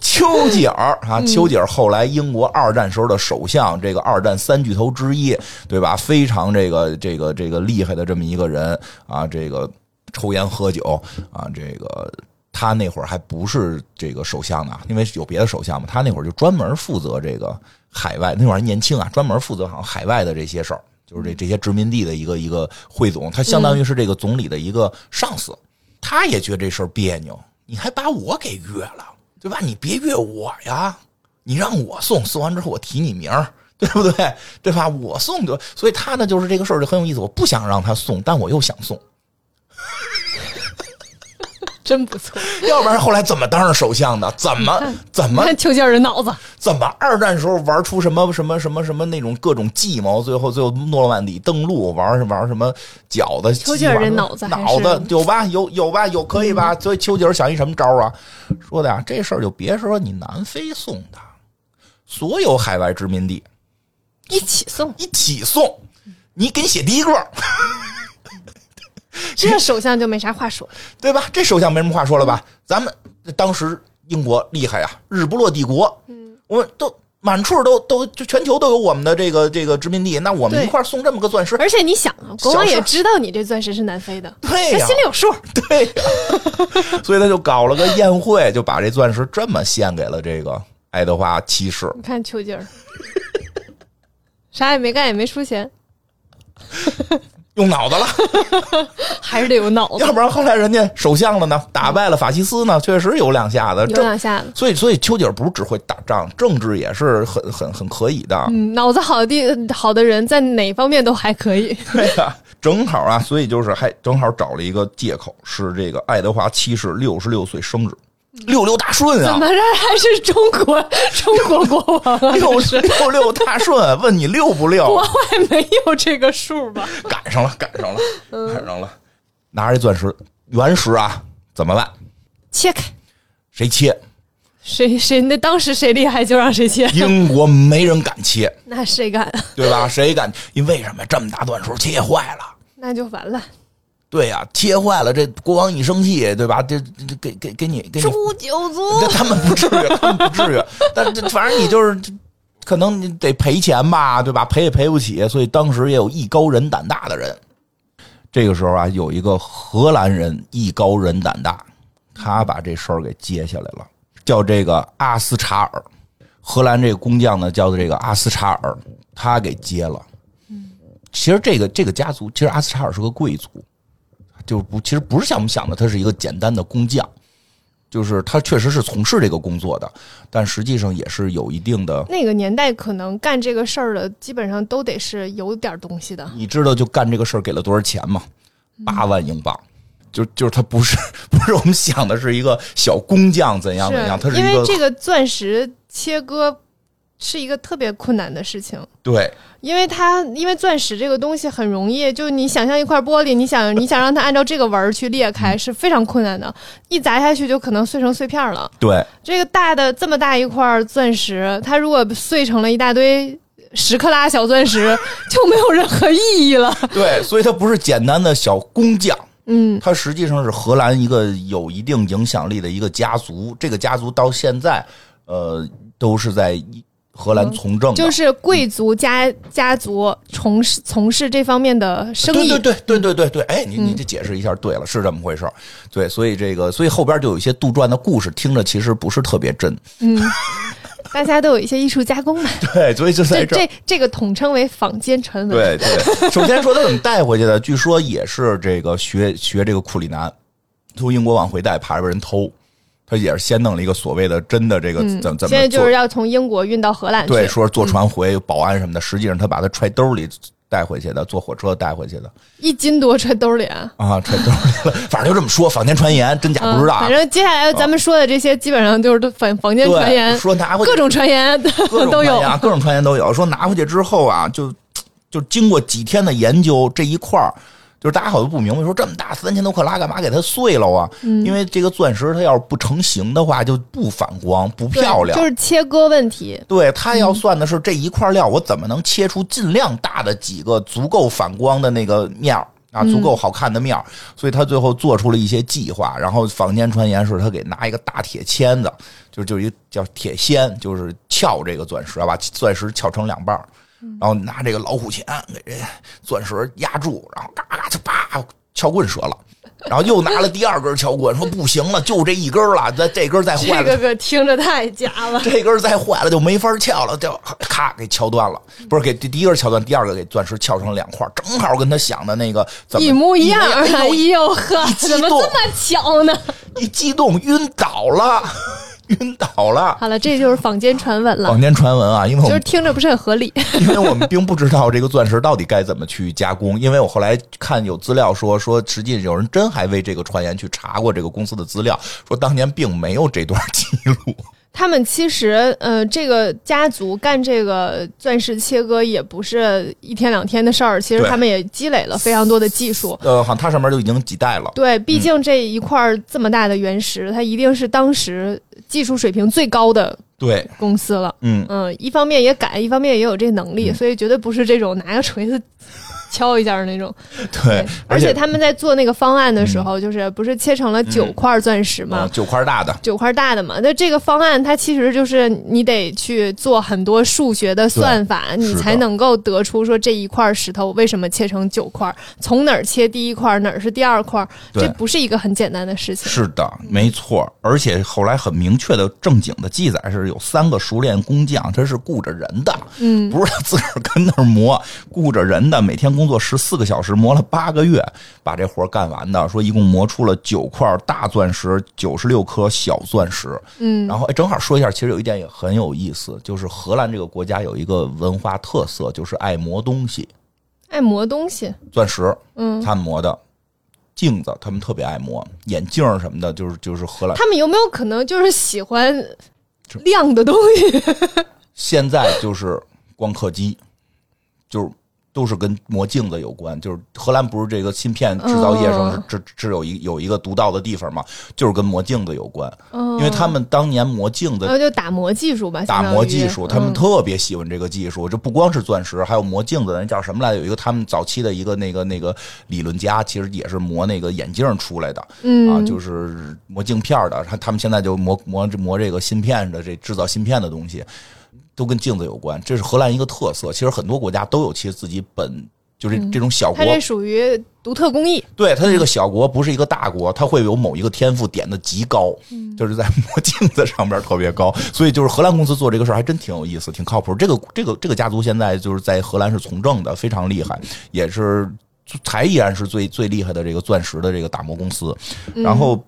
[SPEAKER 2] 丘吉尔啊，丘吉尔后来英国二战时候的首相，这个二战三巨头之一，对吧？非常这个这个这个厉害的这么一个人啊，这个抽烟喝酒啊，这个他那会儿还不是这个首相呢，因为有别的首相嘛，他那会儿就专门负责这个海外，那会儿还年轻啊，专门负责好像海外的这些事儿，就是这这些殖民地的一个一个汇总，他相当于是这个总理的一个上司，他也觉得这事儿别扭，你还把我给越了。对吧？你别越我呀，你让我送，送完之后我提你名儿，对不对？对吧？我送就，所以他呢就是这个事儿就很有意思，我不想让他送，但我又想送，
[SPEAKER 3] 真不错，
[SPEAKER 2] 要不然后来怎么当上首相的？怎么怎
[SPEAKER 3] [laughs]
[SPEAKER 2] 么
[SPEAKER 3] 看丘吉尔的脑子，
[SPEAKER 2] 怎么二战时候玩出什么什么什么什么那种各种计谋，最后最后诺曼底登陆玩玩什么饺子？
[SPEAKER 1] 丘吉尔这脑子还是嗯
[SPEAKER 2] 脑子有吧有有吧有可以吧？所以丘吉尔想一什么招啊？说的啊，这事儿就别说你南非送的，所有海外殖民地
[SPEAKER 3] 一起送。
[SPEAKER 2] 一起送，你给你写第一个，
[SPEAKER 1] 这首相就没
[SPEAKER 3] [laughs]
[SPEAKER 1] 啥话说了。
[SPEAKER 2] 对吧？这首相没什么话说了吧？咱们当时英国厉害啊，日不落帝国，嗯，我们都满处都都就全球都有我们的这个这个殖民地，那我们
[SPEAKER 1] 对
[SPEAKER 2] 一块儿送这么个钻石，
[SPEAKER 1] 而且你想啊，国王
[SPEAKER 2] 小事
[SPEAKER 1] 也
[SPEAKER 2] 儿
[SPEAKER 1] 知道你这钻石是南非的，
[SPEAKER 2] 对
[SPEAKER 1] 他
[SPEAKER 2] 呀、
[SPEAKER 1] 心里有数。
[SPEAKER 2] [laughs] 对呀、 [laughs] 所以他就搞了个宴会，就把这钻石这么献给了这个爱德华七世。
[SPEAKER 1] 你
[SPEAKER 3] [laughs]
[SPEAKER 1] 看丘吉尔，啥也没干，也没出钱，
[SPEAKER 2] 用脑子 [laughs] 了，
[SPEAKER 3] 还是得有脑子。
[SPEAKER 2] 要不然后来人家首相了呢，打败了法西斯呢，确实有两下子。
[SPEAKER 1] 有
[SPEAKER 2] 这
[SPEAKER 1] 两下子。
[SPEAKER 2] 所以，所以丘吉尔不是只会打仗，政治也是很很很可以的。
[SPEAKER 3] 嗯，脑子好的好的人在哪方面都还可
[SPEAKER 1] [laughs]
[SPEAKER 3] 以。
[SPEAKER 2] 对呀、正好啊，所以就是还正好找了一个借口，是这个爱德华七世六十六岁生日，六六大顺
[SPEAKER 3] 嗯怎，
[SPEAKER 2] 啊
[SPEAKER 3] 么着还是中国 [laughs] 中国国王
[SPEAKER 1] [laughs]
[SPEAKER 3] 啊？
[SPEAKER 2] 六六六大顺，问你六不
[SPEAKER 3] 国
[SPEAKER 2] 六？
[SPEAKER 3] 外没有这个数吧？
[SPEAKER 2] 赶上了，赶上了，
[SPEAKER 3] 嗯
[SPEAKER 2] 赶上了，拿着这钻石原石啊，怎么办？
[SPEAKER 3] 切开，
[SPEAKER 2] 谁切？
[SPEAKER 3] 谁谁那当时谁厉害就让谁切，
[SPEAKER 2] 英国没人敢切，
[SPEAKER 3] 那谁敢？
[SPEAKER 1] 啊
[SPEAKER 2] 对吧？谁敢？因为什么？这么大钻石切坏了。
[SPEAKER 3] 那就完 [laughs] 了。
[SPEAKER 2] 对呀、切坏了，这国王一生气，对吧？这这这给给给你给你
[SPEAKER 1] 诛九族，
[SPEAKER 2] 这他们不至于，他们不至于。但这反正你就是，可能你得赔钱吧，对吧？赔也赔不起，所以当时也有艺高人胆大的人。这个时候啊，有一个荷兰人艺高人胆大，他把这事儿给接下来了，叫这个阿斯查尔，荷兰这个工匠呢叫做这个阿斯查尔，他给接了。其实这个这个家族，其实阿斯查尔是个贵族，就是不，其实不是像我们想的，他是一个简单的工匠。就是他确实是从事这个工作的，但实际上也是有一定的，
[SPEAKER 1] 那个年代可能干这个事儿的，基本上都得是有点东西的。
[SPEAKER 2] 你知道就干这个事儿给了多少钱吗？
[SPEAKER 1] 嗯
[SPEAKER 2] 八万英镑，就就是他不是 [laughs] 不是我们想的是一个小工匠怎样怎样，他是
[SPEAKER 1] 因
[SPEAKER 2] 一
[SPEAKER 1] 为
[SPEAKER 2] 个
[SPEAKER 1] 这个钻石切割是一个特别困难的事情，
[SPEAKER 2] 对
[SPEAKER 1] 因为它因为钻石这个东西很容易，就你想象一块玻璃，你想你想让它按照这个纹儿去裂开
[SPEAKER 2] 嗯
[SPEAKER 1] 是非常困难的，一砸下去就可能碎成碎片儿了。
[SPEAKER 2] 对
[SPEAKER 1] 这个大的这么大一块钻石，它如果碎成了一大堆十克拉小钻石， [laughs]
[SPEAKER 3] 就没有任何意义了。
[SPEAKER 2] [laughs] 对，所以他不是简单的小工匠，
[SPEAKER 1] 嗯，
[SPEAKER 2] 他实际上是荷兰一个有一定影响力的一个家族，这个家族到现在呃都是在荷兰从政的，
[SPEAKER 1] 就是贵族家家族从事从事这方面的生意，嗯
[SPEAKER 2] 对对对对对对对，哎，你你这解释一下，对了，是这么回事儿。对，所以这个，所以后边就有一些杜撰的故事，听着其实不是特别真。 [laughs]
[SPEAKER 1] 大家都有一些艺术加工嘛。
[SPEAKER 2] 对，所以就在
[SPEAKER 1] 这
[SPEAKER 2] 这儿。
[SPEAKER 1] 这这个统称为坊间传 [laughs] 闻。
[SPEAKER 2] 对对，首先说他怎么带回去的，据说也是这个学学这个库里南，从英国往回带，怕被人偷，他也是先弄了一个所谓的真的这个怎
[SPEAKER 1] 嗯
[SPEAKER 2] 怎
[SPEAKER 1] 现在
[SPEAKER 2] 么
[SPEAKER 1] 就
[SPEAKER 2] 做
[SPEAKER 1] 是要从英国运到荷兰去。嗯
[SPEAKER 2] 对，说是坐船回保安什么的，实际上他把他揣兜里带回去的，坐火车带回去的
[SPEAKER 1] 一斤多揣兜里啊。
[SPEAKER 2] 啊，揣兜里了，反正就这么说，坊间传言，真假不知道啊。
[SPEAKER 1] 嗯反正接下来咱们说的这些，基本上就是都坊嗯坊间
[SPEAKER 2] 对
[SPEAKER 1] 传言，
[SPEAKER 2] 啊说拿回去
[SPEAKER 3] 各种传言
[SPEAKER 2] [laughs] 各种
[SPEAKER 3] 都有
[SPEAKER 2] 传言啊，各种传言都有。说拿回去之后啊，就就经过几天的研究，这一块儿就是大家好像不明白，说这么大三千多克拉干嘛给它碎了啊？
[SPEAKER 1] 嗯
[SPEAKER 2] 因为这个钻石它要是不成型的话，就不反光，不
[SPEAKER 1] 对
[SPEAKER 2] 漂亮。
[SPEAKER 1] 就是切割问题。
[SPEAKER 2] 对他
[SPEAKER 3] 嗯
[SPEAKER 2] 要算的是这一块料，我怎么能切出尽量大的几个足够反光的那个面儿啊，
[SPEAKER 3] 嗯
[SPEAKER 2] 足够好看的面儿。所以他最后做出了一些计划。然后坊间传言是他给拿一个大铁签子，就就一叫铁锨，就是撬这个钻石，把钻石撬成两半儿。
[SPEAKER 3] 嗯
[SPEAKER 2] 然后拿这个老虎钳给这钻石压住，然后嘎嘎就啪撬棍折了，然后又拿了第二根撬棍，说不行了，就这一根儿了，再这根儿再坏
[SPEAKER 3] 这
[SPEAKER 2] 了
[SPEAKER 3] 个可听着太假了。
[SPEAKER 2] 这根儿再坏了就没法撬了，就咔给撬断了，不是给第第一根儿撬断，第二个给钻石撬成两块儿，正好跟他想的那个怎么
[SPEAKER 3] 一模一样，
[SPEAKER 1] 啊
[SPEAKER 2] 哎
[SPEAKER 3] 哎
[SPEAKER 2] 呦
[SPEAKER 3] 呦呵，怎么这么巧呢？
[SPEAKER 2] 一激动晕倒了，晕倒了。
[SPEAKER 1] 好了，这就是坊间传闻了
[SPEAKER 2] 坊，间传闻啊，因为我
[SPEAKER 1] 就是
[SPEAKER 2] 们
[SPEAKER 1] 听着不是很合理。
[SPEAKER 2] 因为我们并不知道这个钻石到底该怎么去加工，因为我后来看有资料说说，实际有人真还为这个传言去查过这个公司的资料，说当年并没有这段记录。
[SPEAKER 1] 他们其实，呃，这个家族干这个钻石切割也不是一天两天的事儿，其实
[SPEAKER 2] 对
[SPEAKER 1] 他们也积累了非常多的技术。
[SPEAKER 2] 呃，好像它上面就已经几代了。
[SPEAKER 1] 对，毕竟这一块儿这么大的原石，它一定是当时技术水平最高的
[SPEAKER 2] 对，
[SPEAKER 1] 公司了。
[SPEAKER 2] 嗯，
[SPEAKER 1] 嗯，一方面也敢，一方面也有这能力，所以绝对不是这种拿个锤子敲一下儿那种。
[SPEAKER 2] 对，
[SPEAKER 1] 而
[SPEAKER 2] 哎且
[SPEAKER 1] 且他们在做那个方案的时候，就是不是切成了九块钻石吗？
[SPEAKER 2] 嗯九块大的，
[SPEAKER 1] 九块大的嘛，那这个方案它其实就是你得去做很多数学的算法，
[SPEAKER 2] 是
[SPEAKER 1] 你
[SPEAKER 2] 的
[SPEAKER 1] 才能够得出说这一块石头为什么切成九块，从哪儿切第一块，哪儿是第二块，
[SPEAKER 2] 对
[SPEAKER 1] 这不是一个很简单的事情。
[SPEAKER 2] 是的，没错。而且后来很明确的正经的记载是有三个熟练工匠，他是雇着人的，嗯，不是他自个儿跟那儿磨，雇着人的，每天工作十四个小时，磨了八个月把这活儿干完的。说一共磨出了九块大钻石，九十六颗小钻石。嗯，然后哎，正好说一下，其实有一点也很有意思，就是荷兰这个国家有一个文化特色，就是爱磨东西，
[SPEAKER 1] 爱磨东西，
[SPEAKER 2] 钻石，
[SPEAKER 1] 嗯，
[SPEAKER 2] 他们磨的。镜子，他们特别爱磨，眼镜儿什么的，就是就是荷兰。
[SPEAKER 1] 他们有没有可能就是喜欢亮的东
[SPEAKER 2] [laughs]
[SPEAKER 1] 西？
[SPEAKER 2] 现在就是光刻机，就是都是跟磨镜子有关。就是荷兰不是这个芯片制造业上是
[SPEAKER 1] 哦
[SPEAKER 2] 只只有一有一个独到的地方嘛，就是跟磨镜子有关。
[SPEAKER 1] 因
[SPEAKER 2] 因为他们当年磨
[SPEAKER 1] 嗯
[SPEAKER 2] 镜
[SPEAKER 1] 然
[SPEAKER 2] 子、
[SPEAKER 1] 后就打磨技术吧，
[SPEAKER 2] 打
[SPEAKER 1] 相当于
[SPEAKER 2] 磨技术，他们
[SPEAKER 1] 嗯
[SPEAKER 2] 特别喜欢这个技术。这不光是钻石，还有磨镜子的，那叫什么来着？有一个他们早期的一个那个那个理论家，其实也是磨那个眼镜出来的。
[SPEAKER 1] 嗯
[SPEAKER 2] 啊，就是磨镜片儿的，他他们现在就磨磨磨这个芯片的这制造芯片的东西，都跟镜子有关，这是荷兰一个特色。其实很多国家都有其实自己本就是这种小国，
[SPEAKER 1] 嗯它这属于独特工艺，
[SPEAKER 2] 对它这个小国不是一个大国，它会有某一个天赋点的极高，就是在磨镜子上边特别高。所以就是荷兰公司做这个事儿还真挺有意思，挺靠谱。这个这个这个家族现在就是在荷兰是从政的，非常厉害，也是才依然是最最厉害的这个钻石的这个打磨公司，然后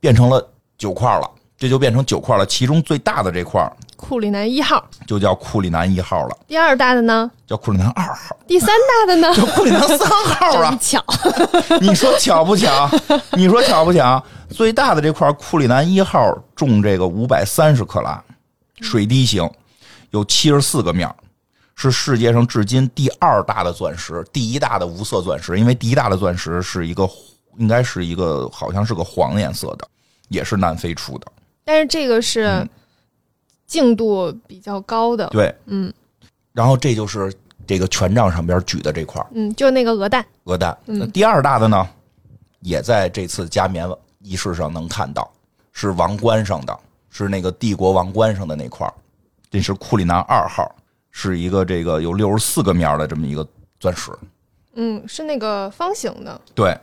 [SPEAKER 2] 变成了九块了。这就变成九块了，其中最大的这块儿
[SPEAKER 1] 库里南一号，
[SPEAKER 2] 就叫库里南一号了，
[SPEAKER 1] 第二大的呢，
[SPEAKER 2] 叫库里南二号，
[SPEAKER 1] 第三大的呢，
[SPEAKER 2] [laughs] 叫 [laughs] 库里南三号啊
[SPEAKER 3] 真！巧，
[SPEAKER 2] 你说巧不巧？你说巧不巧？最大的这块库里南一号重这个五百三十克拉，水滴型，有七十四个面儿是世界上至今第二大的钻石，第一大的无色钻石，因为第一大的钻石是一个，应该是一个好像是个黄颜色的，也是南非出的。
[SPEAKER 1] 但是这个是净度比较高的，
[SPEAKER 2] 嗯对，
[SPEAKER 1] 嗯
[SPEAKER 2] 然后这就是这个权杖上边举的这块儿
[SPEAKER 1] 嗯，就那个鹅蛋，
[SPEAKER 2] 鹅蛋。那第二大的呢，也在这次加冕仪式上能看到，是王冠上的，是那个帝国王冠上的那块儿，这是库里南二号，是一个这个有六十四个面儿的这么一个钻石。
[SPEAKER 1] 嗯，是那个方形的，
[SPEAKER 2] 对，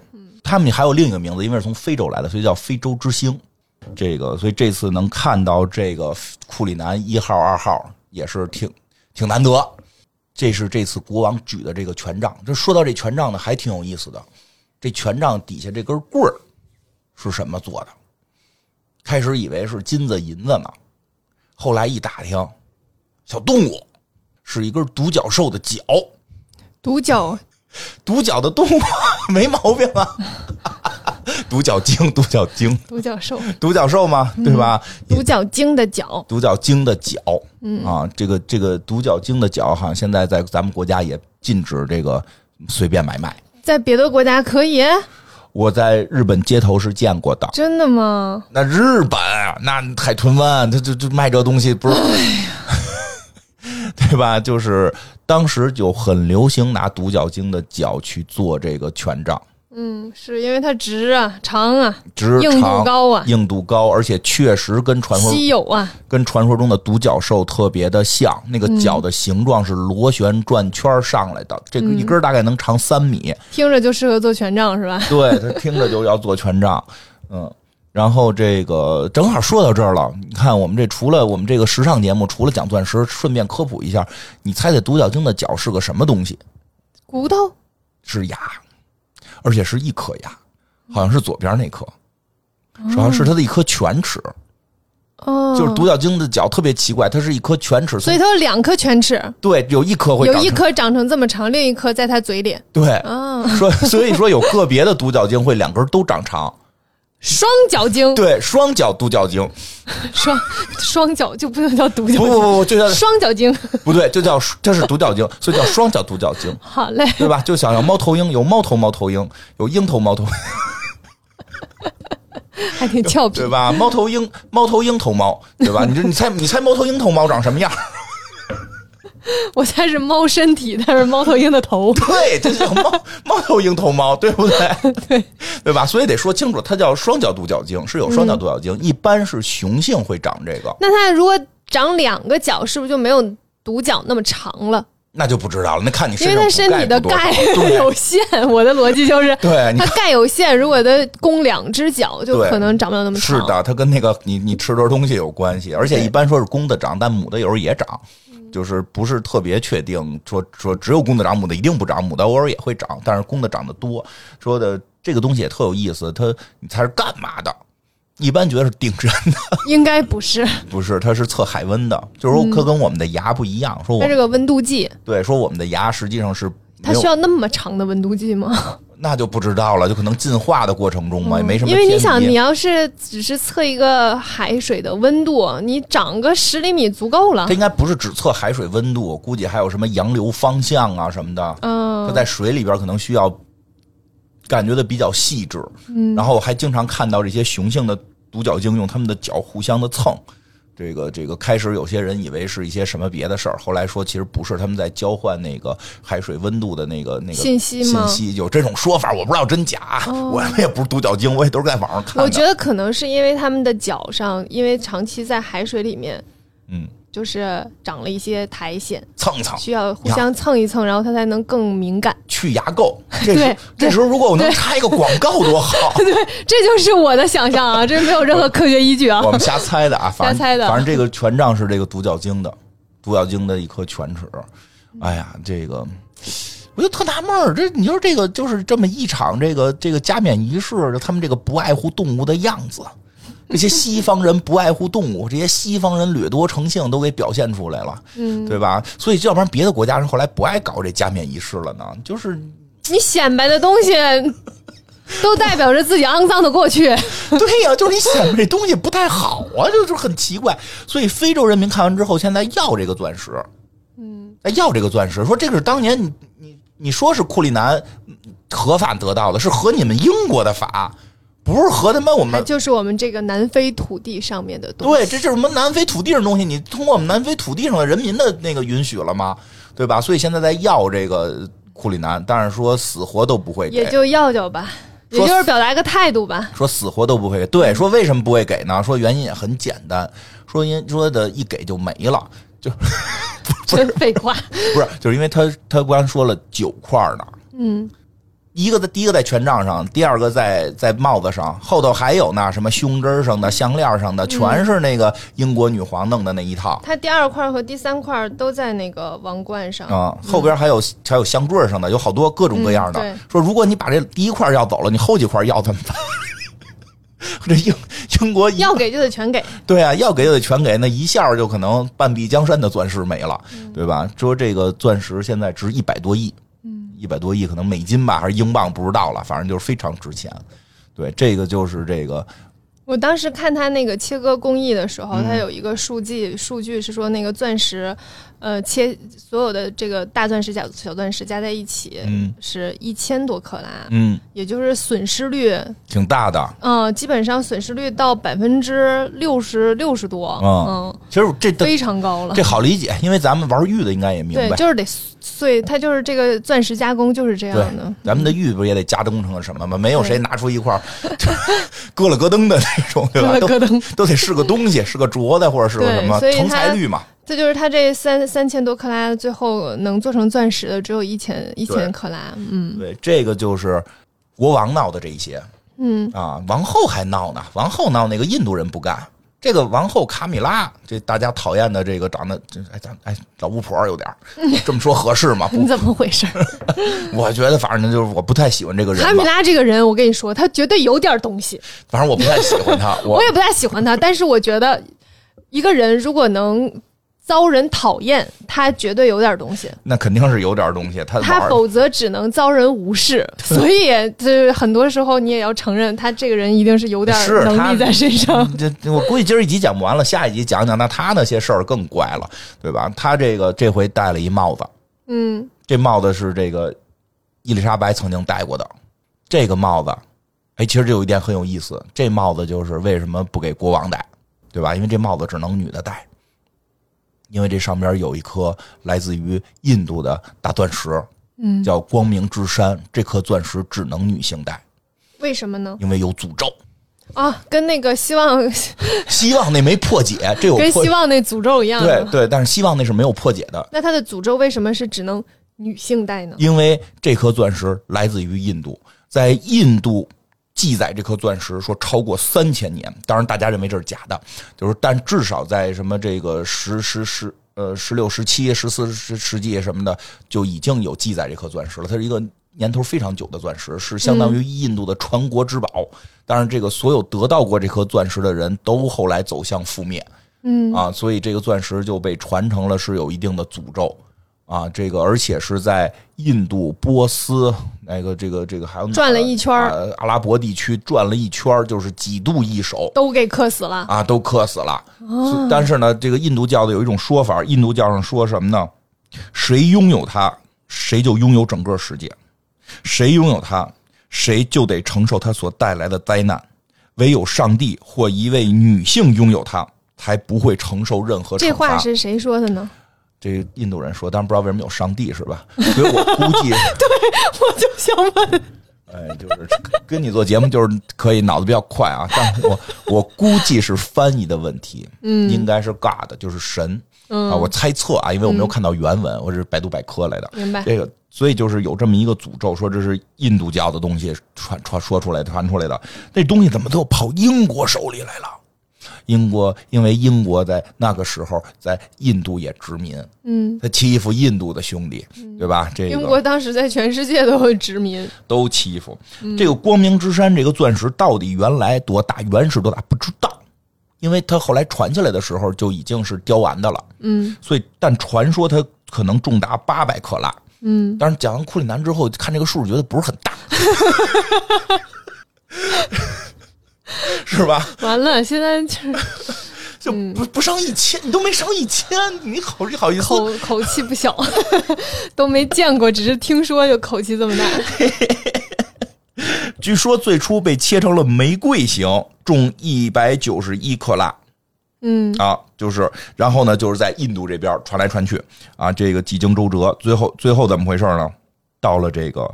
[SPEAKER 2] 他们还有另一个名字，因为是从非洲来的，所以叫非洲之星。这个，所以这次能看到这个库里南一号、二号也是挺挺难得。这是这次国王举的这个权杖。这说到这权杖呢，还挺有意思的。这权杖底下这根棍儿是什么做的？开始以为是金子、银子呢，后来一打听，小动物是一根独角兽的角，
[SPEAKER 1] 独角
[SPEAKER 2] 独角的动物没毛病啊，独角鲸，独角鲸，
[SPEAKER 1] 独角兽，
[SPEAKER 2] 独角兽嘛，对吧？
[SPEAKER 1] [laughs] 独角鲸的角，
[SPEAKER 2] 独角鲸的角，啊，这个这个独角鲸的角，好像现在在咱们国家也禁止这个随便买卖。
[SPEAKER 1] 在别的国家可以？啊
[SPEAKER 2] 我在日本街头是见过的，
[SPEAKER 1] 真的吗？
[SPEAKER 2] 那日本啊那海豚湾，他就就卖这东西不是， [laughs] 对吧？就是当时就很流行拿独角鲸的角去做这个权杖，
[SPEAKER 1] 嗯，是因为它直啊、长啊、
[SPEAKER 2] 直
[SPEAKER 1] 硬度
[SPEAKER 2] 长
[SPEAKER 1] 高啊、
[SPEAKER 2] 硬度高，而且确实跟传说
[SPEAKER 1] 稀有啊，
[SPEAKER 2] 跟传说中的独角兽特别的像，那个角的形状是螺旋转圈上来的，这个一根儿大概能长三米，
[SPEAKER 1] 听着就适合做权杖是吧？
[SPEAKER 2] 对他听着就要做权杖，嗯。然后这个正好说到这儿了，你看我们这除了我们这个时尚节目，除了讲钻石，顺便科普一下，你猜猜独角鲸的角是个什么东西？
[SPEAKER 1] 骨头
[SPEAKER 2] 是牙，而且是一颗牙，好像是左边那颗，好像是它的一颗犬齿。
[SPEAKER 1] 哦，
[SPEAKER 2] 就是独角鲸的角特别奇怪，它是一颗犬齿，
[SPEAKER 1] 所以它有两颗犬齿，
[SPEAKER 2] 对有一颗会
[SPEAKER 1] 有
[SPEAKER 2] 长
[SPEAKER 1] 一
[SPEAKER 2] 成
[SPEAKER 1] 颗长成这么长，另一颗在它嘴里
[SPEAKER 2] 对。
[SPEAKER 1] 啊。
[SPEAKER 2] 说，所以说有个别的独角鲸会两根都长长，
[SPEAKER 1] 双脚鲸，
[SPEAKER 2] 对，双脚独角鲸，
[SPEAKER 1] 双双脚就不能叫独角
[SPEAKER 2] 不不
[SPEAKER 1] 鲸，
[SPEAKER 2] 不不，就叫
[SPEAKER 1] 双脚鲸。
[SPEAKER 2] 不对，就叫这是独角鲸，所以叫双脚独角鲸，
[SPEAKER 1] 好嘞，
[SPEAKER 2] 对吧？就想要猫头鹰，有猫头猫头鹰，有鹰头猫头，
[SPEAKER 1] 还挺俏皮
[SPEAKER 2] [laughs] 对。吧？猫头鹰猫头鹰头猫，对吧？你这你猜你猜猫头鹰头猫长什么样？。
[SPEAKER 1] 我猜是猫身体，但是猫头鹰的头
[SPEAKER 2] [laughs] 对，这叫猫猫头鹰头猫，对不对？对， [laughs] 对吧？所以得说清楚，它叫双脚独角鲸，是有双
[SPEAKER 1] 嗯
[SPEAKER 2] 脚独角鲸，一般是雄性会长这个，
[SPEAKER 1] [laughs] 那它如果长两个角，是不是就没有独角那么长了？
[SPEAKER 2] 那就不知道了。那看你
[SPEAKER 1] 因
[SPEAKER 2] 身
[SPEAKER 1] 为它
[SPEAKER 2] 上补
[SPEAKER 1] 身体的
[SPEAKER 2] 多少
[SPEAKER 1] 钙有
[SPEAKER 2] 对
[SPEAKER 1] 限。我的逻辑就是，
[SPEAKER 2] [laughs] 对，你
[SPEAKER 1] 它钙有限，如果它供两只脚，就
[SPEAKER 2] 对
[SPEAKER 1] 可能长不了那么长。
[SPEAKER 2] 是，的，它跟那个你你吃多少东西有关系，而且一般说是公的长，但母的有时候也长。
[SPEAKER 1] 嗯
[SPEAKER 2] 就是不是特别确定，说说只有公的长母的一定不长，母的偶尔也会长，但是公的长得多。说的这个东西也特有意思，它你猜是干嘛的？一般觉得是顶针的，
[SPEAKER 3] 应该不是，
[SPEAKER 2] 不是，它是测海温的，就是说它跟我们的牙不一样。说我
[SPEAKER 1] 它
[SPEAKER 2] 们
[SPEAKER 1] 嗯是个温度计，
[SPEAKER 2] 对，说我们的牙实际上是
[SPEAKER 1] 它
[SPEAKER 2] 没
[SPEAKER 1] 需
[SPEAKER 2] 有，
[SPEAKER 1] 要那么长的温度计吗？
[SPEAKER 2] 那就不知道了，就可能进化的过程中嘛，也没什
[SPEAKER 1] 嗯
[SPEAKER 2] 么
[SPEAKER 1] 因
[SPEAKER 2] 天啊
[SPEAKER 1] 为
[SPEAKER 2] 敌。
[SPEAKER 1] 你想，你要是只是测一个海水的温度，你长个十厘米足够了
[SPEAKER 2] 它。应该不是只测海水温度，估计还有什么洋流方向啊什么的。
[SPEAKER 1] 嗯
[SPEAKER 2] 它在水里边可能需要感觉的比较细致。嗯，然后我还经常看到这些雄性的独角鲸用它们的脚互相的蹭。这个这个开始有些人以为是一些什么别的事儿，后来说其实不是，他们在交换那个海水温度的那个那个
[SPEAKER 1] 信息吗哦
[SPEAKER 2] 信息有这种说法，我不知道真假， [laughs] 我也不是独角鲸，我也都是在网上看的。
[SPEAKER 1] 我觉得可能是因为它们的脚上，因为长期在海水里面，
[SPEAKER 2] 嗯，
[SPEAKER 1] 就是长了一些苔藓，
[SPEAKER 2] 蹭蹭
[SPEAKER 1] 需要互相蹭一蹭，然后它才能更敏感。 [laughs]
[SPEAKER 2] 去牙垢，这时
[SPEAKER 3] 对
[SPEAKER 2] 这时候如果我能插一个广告多好。
[SPEAKER 3] 这就是我的想象
[SPEAKER 2] [laughs]
[SPEAKER 3] 啊，这没有任何科学依据啊
[SPEAKER 2] 我。们瞎猜的
[SPEAKER 3] [laughs]
[SPEAKER 2] 啊，反正
[SPEAKER 3] 瞎猜的
[SPEAKER 2] 反正这个权杖是这个独角鲸的，独角鲸的一颗犬齿。哎呀，这个我就特纳闷儿，这你说这个就是这么一场这个这个加冕仪式，他们这个不爱护动物的样子。这些西方人不爱护动物，这些西方人掠夺成性都给表现出来了，嗯，对吧？所以，要不然别的国家人后来不爱搞这加冕仪式了呢？就是
[SPEAKER 3] 你显摆的东西，都代表着自己肮脏的过
[SPEAKER 2] [laughs]
[SPEAKER 3] 去。
[SPEAKER 2] 对呀、就是你显摆这东西不太好啊， [laughs] 就是很奇怪。所以非洲人民看完之后，现在要这个钻石，嗯，要这个钻石，说这个是当年你你你说是库里南嗯合法得到的，是合你们英国的法，不是合他妈我
[SPEAKER 1] 它
[SPEAKER 2] 们。
[SPEAKER 1] 就是我们这个南非土地上面的东西。
[SPEAKER 2] 对，这就是什么南非土地上的东西，你通过我们南非土地上的人民的那个允许了吗？对吧？所以现在在要这个库里南，但是说死活都不会给，
[SPEAKER 1] 也就要要吧，也
[SPEAKER 2] 说
[SPEAKER 1] 就是表达个态度吧。
[SPEAKER 2] 说死活都不会给。对，说为什么不会给呢？说原因也很简单，说因说的一给就没了，就
[SPEAKER 3] 真废话，
[SPEAKER 2] 不是，就是因为他他刚才说了九块呢， [laughs] 嗯，一个在第一个在权杖上，第二个在在帽子上，后头还有呢，什么胸针上的、项链上的，全是那个英国女皇弄的那一套。
[SPEAKER 1] 它第二块和第三块都在那个王冠上，
[SPEAKER 2] 啊、后边还有还有香坠上的，有好多各种各样的。
[SPEAKER 1] 嗯对
[SPEAKER 2] 说如果你把这第一块要走了，你后几块要怎么办？ [laughs] 这英英国一
[SPEAKER 1] 要给就得全给。
[SPEAKER 2] 对啊，要给就得全给，那一下就可能半壁江山的钻石没了，
[SPEAKER 1] 嗯
[SPEAKER 2] 对吧？说这个钻石现在值一百多亿，嗯，一百多亿可能美金吧，还是英镑不知道了，反正就是非常值钱。对，这个就是这个，
[SPEAKER 1] 我当时看它那个切割工艺的时候，它
[SPEAKER 2] 嗯
[SPEAKER 1] 有一个数据，数据是说那个钻石，呃，切所有的这个大钻石、小小钻石加在一起
[SPEAKER 2] 嗯
[SPEAKER 1] 是一千多克拉，
[SPEAKER 2] 嗯，
[SPEAKER 1] 也就是损失率，
[SPEAKER 2] 挺大的。
[SPEAKER 1] 嗯、基本上损失率到百分之六十六十多，
[SPEAKER 2] 嗯
[SPEAKER 1] 嗯，
[SPEAKER 2] 其实这这
[SPEAKER 1] 非常高了
[SPEAKER 2] 这。好理解，因为咱们玩玉的应该也明
[SPEAKER 1] 对，
[SPEAKER 2] 白，
[SPEAKER 1] 就是得碎，它就是这个钻石加工就是这样
[SPEAKER 2] 对
[SPEAKER 1] 的。，
[SPEAKER 2] 咱们的玉不也得加工成什么吗？没有谁拿出一块儿 [laughs] 咯了咯噔的那种，
[SPEAKER 1] [laughs]
[SPEAKER 2] 对吧？
[SPEAKER 3] 咯
[SPEAKER 2] 都
[SPEAKER 3] 咯噔
[SPEAKER 2] 都得是个东西，是个镯子或者是个
[SPEAKER 1] 对
[SPEAKER 2] 什么
[SPEAKER 1] 所以
[SPEAKER 2] 成才
[SPEAKER 1] 它
[SPEAKER 2] 率嘛。
[SPEAKER 1] 这就是它这三三千多克拉，最后能做成钻石的只有一千一千克拉。嗯，
[SPEAKER 2] 对，这个就是国王闹的这一些，
[SPEAKER 1] 嗯
[SPEAKER 2] 啊，王后还闹呢，王后闹那个印度人不干。这个王后卡米拉，这大家讨厌的这个长得，这哎，咱哎老巫婆有点
[SPEAKER 1] [laughs]
[SPEAKER 2] 儿这么说合适吗？
[SPEAKER 3] 你怎么回事？
[SPEAKER 2] 不，我觉得反正就是我不太喜欢这个人
[SPEAKER 1] 卡米
[SPEAKER 2] 吧，
[SPEAKER 1] 拉这个人，我跟你说，他绝对有点东西。
[SPEAKER 2] 反正我不太喜
[SPEAKER 1] [laughs]
[SPEAKER 2] 欢他，我
[SPEAKER 1] 我也不太喜欢他，但是我觉得一个人如果能遭人讨厌，他绝对有点东西。
[SPEAKER 2] 那肯定是有点东西。他玩
[SPEAKER 1] 他
[SPEAKER 2] 儿
[SPEAKER 1] 否则只能遭人无
[SPEAKER 2] [laughs]
[SPEAKER 1] 视，所以就是很多时候你也要承认，他这个人一定是有点
[SPEAKER 2] 是
[SPEAKER 1] 能力在身上。
[SPEAKER 2] [laughs] 这这我估计今儿一集讲不完了，下一集讲讲那他那些事儿更怪了，对吧？他这个这回戴了一帽子，
[SPEAKER 1] 嗯，
[SPEAKER 2] 这帽子是这个伊丽莎白曾经戴过的。这个帽子，哎，其实这有一点很有意思，这帽子就是为什么不给国王戴，对吧？因为这帽子只能女的戴，因为这上边有一颗来自于印度的大钻石，嗯，叫光明之山，这颗钻石只能女性戴，
[SPEAKER 1] 为什么呢？
[SPEAKER 2] 因为有诅咒。
[SPEAKER 1] 啊，跟那个希
[SPEAKER 2] [laughs]
[SPEAKER 1] 望，
[SPEAKER 2] 希望那没破解，这有
[SPEAKER 1] 跟
[SPEAKER 2] 破
[SPEAKER 1] 希望那诅咒一样
[SPEAKER 2] 对
[SPEAKER 1] 的。
[SPEAKER 2] 对，但是希望那是没有破解的，
[SPEAKER 1] 那他的诅咒为什么是只能女性戴呢？
[SPEAKER 2] 因为这颗钻石来自于印度，在印度记载这颗钻石说超过三千年，当然大家认为这是假的，就是但至少在什么这个十十十。呃十六、十七、十四世世纪什么的，就已经有记载这颗钻石了。它是一个年头非常久的钻石，是相当于印度的传国之宝。当然，这个所有得到过这颗钻石的人都后来走向覆灭。嗯啊，所以这个钻石就被传成了是有一定的诅咒。啊，这个而且是在印度、波斯那个这个这个还有哪儿
[SPEAKER 1] 转了一圈儿
[SPEAKER 2] 啊阿拉伯地区转了一圈儿，就是几度易手，
[SPEAKER 1] 都给克死了。
[SPEAKER 2] 啊，都克死了。
[SPEAKER 1] 哦
[SPEAKER 2] 所但是呢，这个印度教的有一种说法，印度教上说什么呢？谁拥有它，谁就拥有整个世界；谁拥有它，谁就得承受它所带来的灾难。唯有上帝或一位女性拥有它，才不会承受任何惩罚。
[SPEAKER 1] 这话是谁说的
[SPEAKER 2] [laughs]
[SPEAKER 1] 呢？
[SPEAKER 2] 这印度人说，但是不知道为什么有上帝是吧？所以我估计，
[SPEAKER 3] 我就想问，
[SPEAKER 2] 哎，就是跟你做节目就是可以脑子比较快啊，但是我我估计是翻译的问题，嗯，应该是 God 就是神、
[SPEAKER 1] 嗯
[SPEAKER 2] 啊，我猜测啊，因为我没有看到原文，我是百度百科来的，
[SPEAKER 1] 嗯明白
[SPEAKER 2] 这个。所以就是有这么一个诅咒，说这是印度教的东西传传说出来传出来的，那东西怎么最后跑英国手里来了？英国因为英国在那个时候在印度也殖民，
[SPEAKER 1] 嗯，
[SPEAKER 2] 他欺负印度的兄弟，对吧？这个
[SPEAKER 1] 英国当时在全世界都有殖民，
[SPEAKER 2] 都欺负。
[SPEAKER 1] 嗯
[SPEAKER 2] 这个光明之山这个钻石到底原来多大，原始多大不知道，因为它后来传下来的时候就已经是雕完的了。
[SPEAKER 1] 嗯，
[SPEAKER 2] 所以但传说它可能重达八百克拉。
[SPEAKER 1] 嗯，
[SPEAKER 2] 但是讲完库里南之后，看这个数觉得不是很
[SPEAKER 1] [laughs]
[SPEAKER 2] 大，是吧？
[SPEAKER 3] 完了，现在就是
[SPEAKER 2] 就
[SPEAKER 1] 嗯
[SPEAKER 2] 不不上一千，你都没上一千，你好你好意思？
[SPEAKER 3] 口口气不
[SPEAKER 1] [laughs]
[SPEAKER 3] 小，都没见过，只是听说就口气这么大。
[SPEAKER 2] 据说最初被切成了玫瑰形，重一百九十一克拉。
[SPEAKER 1] 嗯，
[SPEAKER 2] 啊，就是，然后呢，就是在印度这边传来传去，啊，这个几经周折，最后最后怎么回事呢？到了这个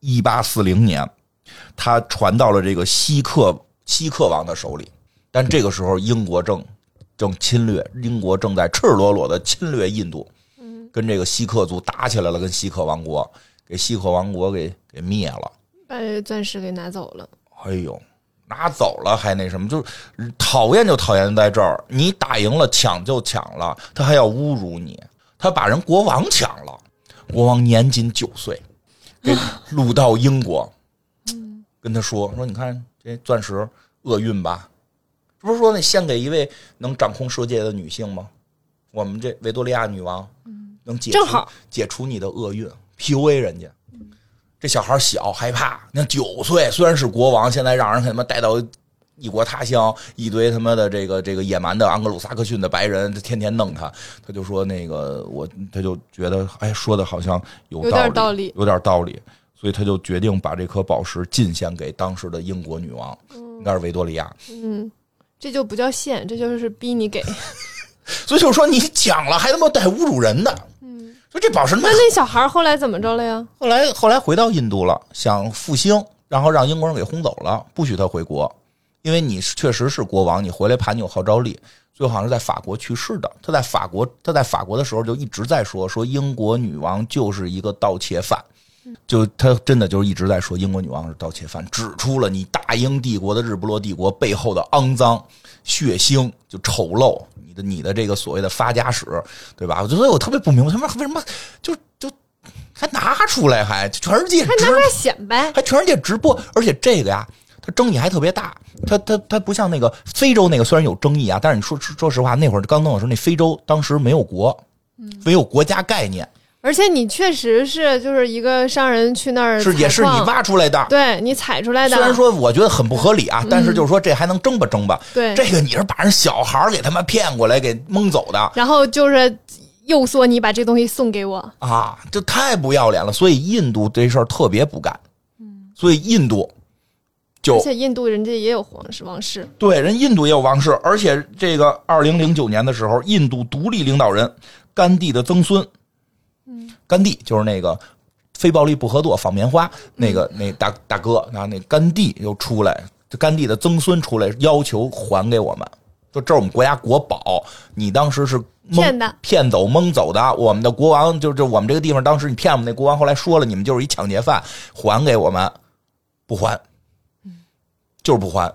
[SPEAKER 2] 一八四零年，他传到了这个西克西克王的手里，但这个时候英国正正侵略，英国正在赤裸裸的侵略印度，跟这个锡克族打起来了，跟锡克王国给锡克王国给给灭了。
[SPEAKER 1] 把这钻石给拿走了。
[SPEAKER 2] 哎呦，拿走了还那什么，就是讨厌就讨厌在这儿，你打赢了抢就抢了，他还要侮辱你，他把人国王抢了，国王年仅九岁，
[SPEAKER 1] [laughs]
[SPEAKER 2] 给掳到英国，跟他说说，你看这钻石厄运吧，这不是说那献给一位能掌控世界的女性吗？我们这维多利亚女王能解
[SPEAKER 1] 嗯
[SPEAKER 2] 除
[SPEAKER 1] 正好
[SPEAKER 2] 解除你的厄运，PUA 人家。这小孩小害怕，那九岁虽然是国王，现在让人他妈带到异国他乡，一堆他妈的这个这个野蛮的盎格鲁撒克逊的白人，天天弄他，他就说那个我，他就觉得哎，说的好像有
[SPEAKER 1] 有
[SPEAKER 2] 道
[SPEAKER 1] 点
[SPEAKER 2] 理，
[SPEAKER 1] 道理
[SPEAKER 2] 有点道理，所以他就决定把这颗宝石进献给当时的英国女王，应该是维多利亚。
[SPEAKER 1] 嗯，这就不叫献，这就是逼你给。
[SPEAKER 2] 所以就是说，你抢了还他妈带侮辱人的，嗯，所以这宝石他
[SPEAKER 1] [laughs]
[SPEAKER 2] 妈
[SPEAKER 1] 那那小孩儿后来怎么着了呀？
[SPEAKER 2] 后来后来回到印度了，想复兴，然后让英国人给轰走了，不许他回国，因为你确实是国王，你回来怕你有号召力。最后好像是在法国去世的，他在法国他在法国的时候就一直在说说英国女王就是一个盗窃犯。就他真的就是一直在说英国女王是盗窃犯，指出了你大英帝国的日不落帝国背后的肮脏、血腥、就丑陋，你的你的这个所谓的发家史，对吧？我就所以我特别不明白他们为什么就就还拿出来还全世界
[SPEAKER 1] 还
[SPEAKER 2] 直
[SPEAKER 1] 拿点显摆。
[SPEAKER 2] 还全世界直播，而且这个呀，它争议还特别大。它它它不像那个非洲那个虽然有争议啊，但是你说说实话，那会儿刚弄的时候，那非洲当时没有国，
[SPEAKER 1] 嗯
[SPEAKER 2] 没有国家概念，
[SPEAKER 1] 而且你确实是就是一个商人去那儿
[SPEAKER 2] 是也是你
[SPEAKER 1] 采矿，
[SPEAKER 2] 挖出来的。
[SPEAKER 1] 对你采出来的。啊嗯
[SPEAKER 2] 虽然说我觉得很不合理啊，但是就是说这还能争吧争吧。
[SPEAKER 1] 对
[SPEAKER 2] 这个你是把人小孩儿给他们骗过来给蒙走的
[SPEAKER 1] 然后就是又说你把这东西送给我，
[SPEAKER 2] 啊，这太不要脸了。所以印度这事儿特别不干，所以印度就
[SPEAKER 1] 嗯而且印度人家也有皇室王室，
[SPEAKER 2] 对，人印度也有王室，而且这个二零零九年的时候，印度独立领导人甘地的曾孙，甘地就是那个非暴力不合作放棉花那个
[SPEAKER 1] 嗯
[SPEAKER 2] 那大大哥，然后那甘地又出来，这甘地的曾孙出来要求还给我们，说这是我们国家国宝，你当时是蒙
[SPEAKER 1] 骗的
[SPEAKER 2] 骗走蒙走的，我们的国王就就我们这个地方当时你骗我们那国王，后来说了你们就是一抢劫犯，还给我们，不还，就是不还。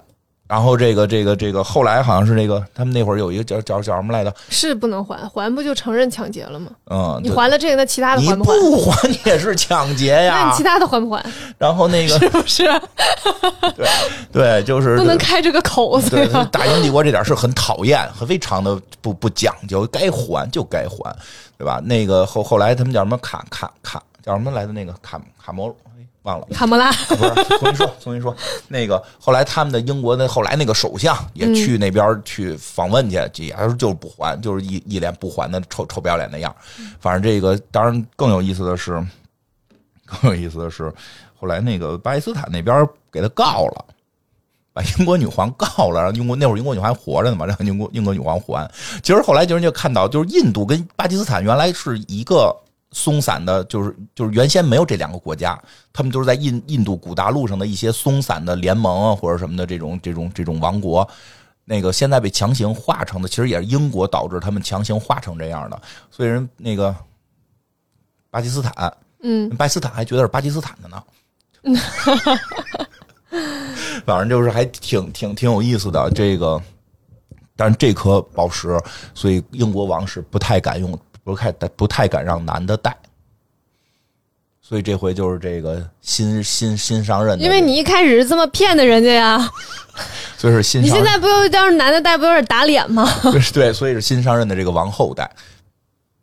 [SPEAKER 2] 然后这个这个这个，后来好像是那个他们那会儿有一个叫叫叫什么来着？
[SPEAKER 1] 是不能还，还不就承认抢劫了吗？
[SPEAKER 2] 嗯，
[SPEAKER 1] 你还了这个，那其他的
[SPEAKER 2] 你
[SPEAKER 1] 还还？
[SPEAKER 2] 不还你也是抢劫
[SPEAKER 1] 那
[SPEAKER 2] 呀
[SPEAKER 1] 你其。他的还不 [laughs] 还？
[SPEAKER 2] 然后那个
[SPEAKER 3] 是不是
[SPEAKER 2] 对对，就是
[SPEAKER 3] 不能开这个口子
[SPEAKER 2] 对
[SPEAKER 3] 呀？
[SPEAKER 2] 大英帝国这点事儿很讨厌，很非常的不不讲究，该还就该还，对吧？那个后后来他们叫什么卡卡卡叫什么来的那个卡卡摩鲁，哎，忘了。
[SPEAKER 3] 卡莫拉，
[SPEAKER 2] [laughs] 不是，重新说，重新说。那个后来他们的英国的后来那个首相也去那边去访问去，也是就是不还，就是一一脸不还的臭臭不要脸那样。反正这个当然更有意思的是，更有意思的是，后来那个巴基斯坦那边给他告了。把英国女皇告了，然后英国那会儿英国女皇还活着呢嘛，让英国英国女皇还。其实后来就是就看到，就是印度跟巴基斯坦原来是一个松散的，就是就是原先没有这两个国家，他们都是在印印度古大陆上的一些松散的联盟啊或者什么的这种这种这种王国。那个现在被强行化成的，其实也是英国导致他们强行化成这样的，所以人那个巴基斯坦，
[SPEAKER 1] 嗯，
[SPEAKER 2] 巴基斯坦还觉得是巴基斯坦的呢。反正就是还挺挺挺有意思的这个，但是这颗宝石，所以英国王是不太敢用，不太不太敢让男的戴。所以这回就是这个新新新上任的，
[SPEAKER 3] 因为你一开始是这么骗的人家呀，
[SPEAKER 2] 所以是新
[SPEAKER 3] 你
[SPEAKER 2] 上
[SPEAKER 3] 现
[SPEAKER 2] 任
[SPEAKER 3] 在不又要是男的戴，不有点打脸吗？
[SPEAKER 2] [laughs] 就是对，所以是新上任的这个王后戴。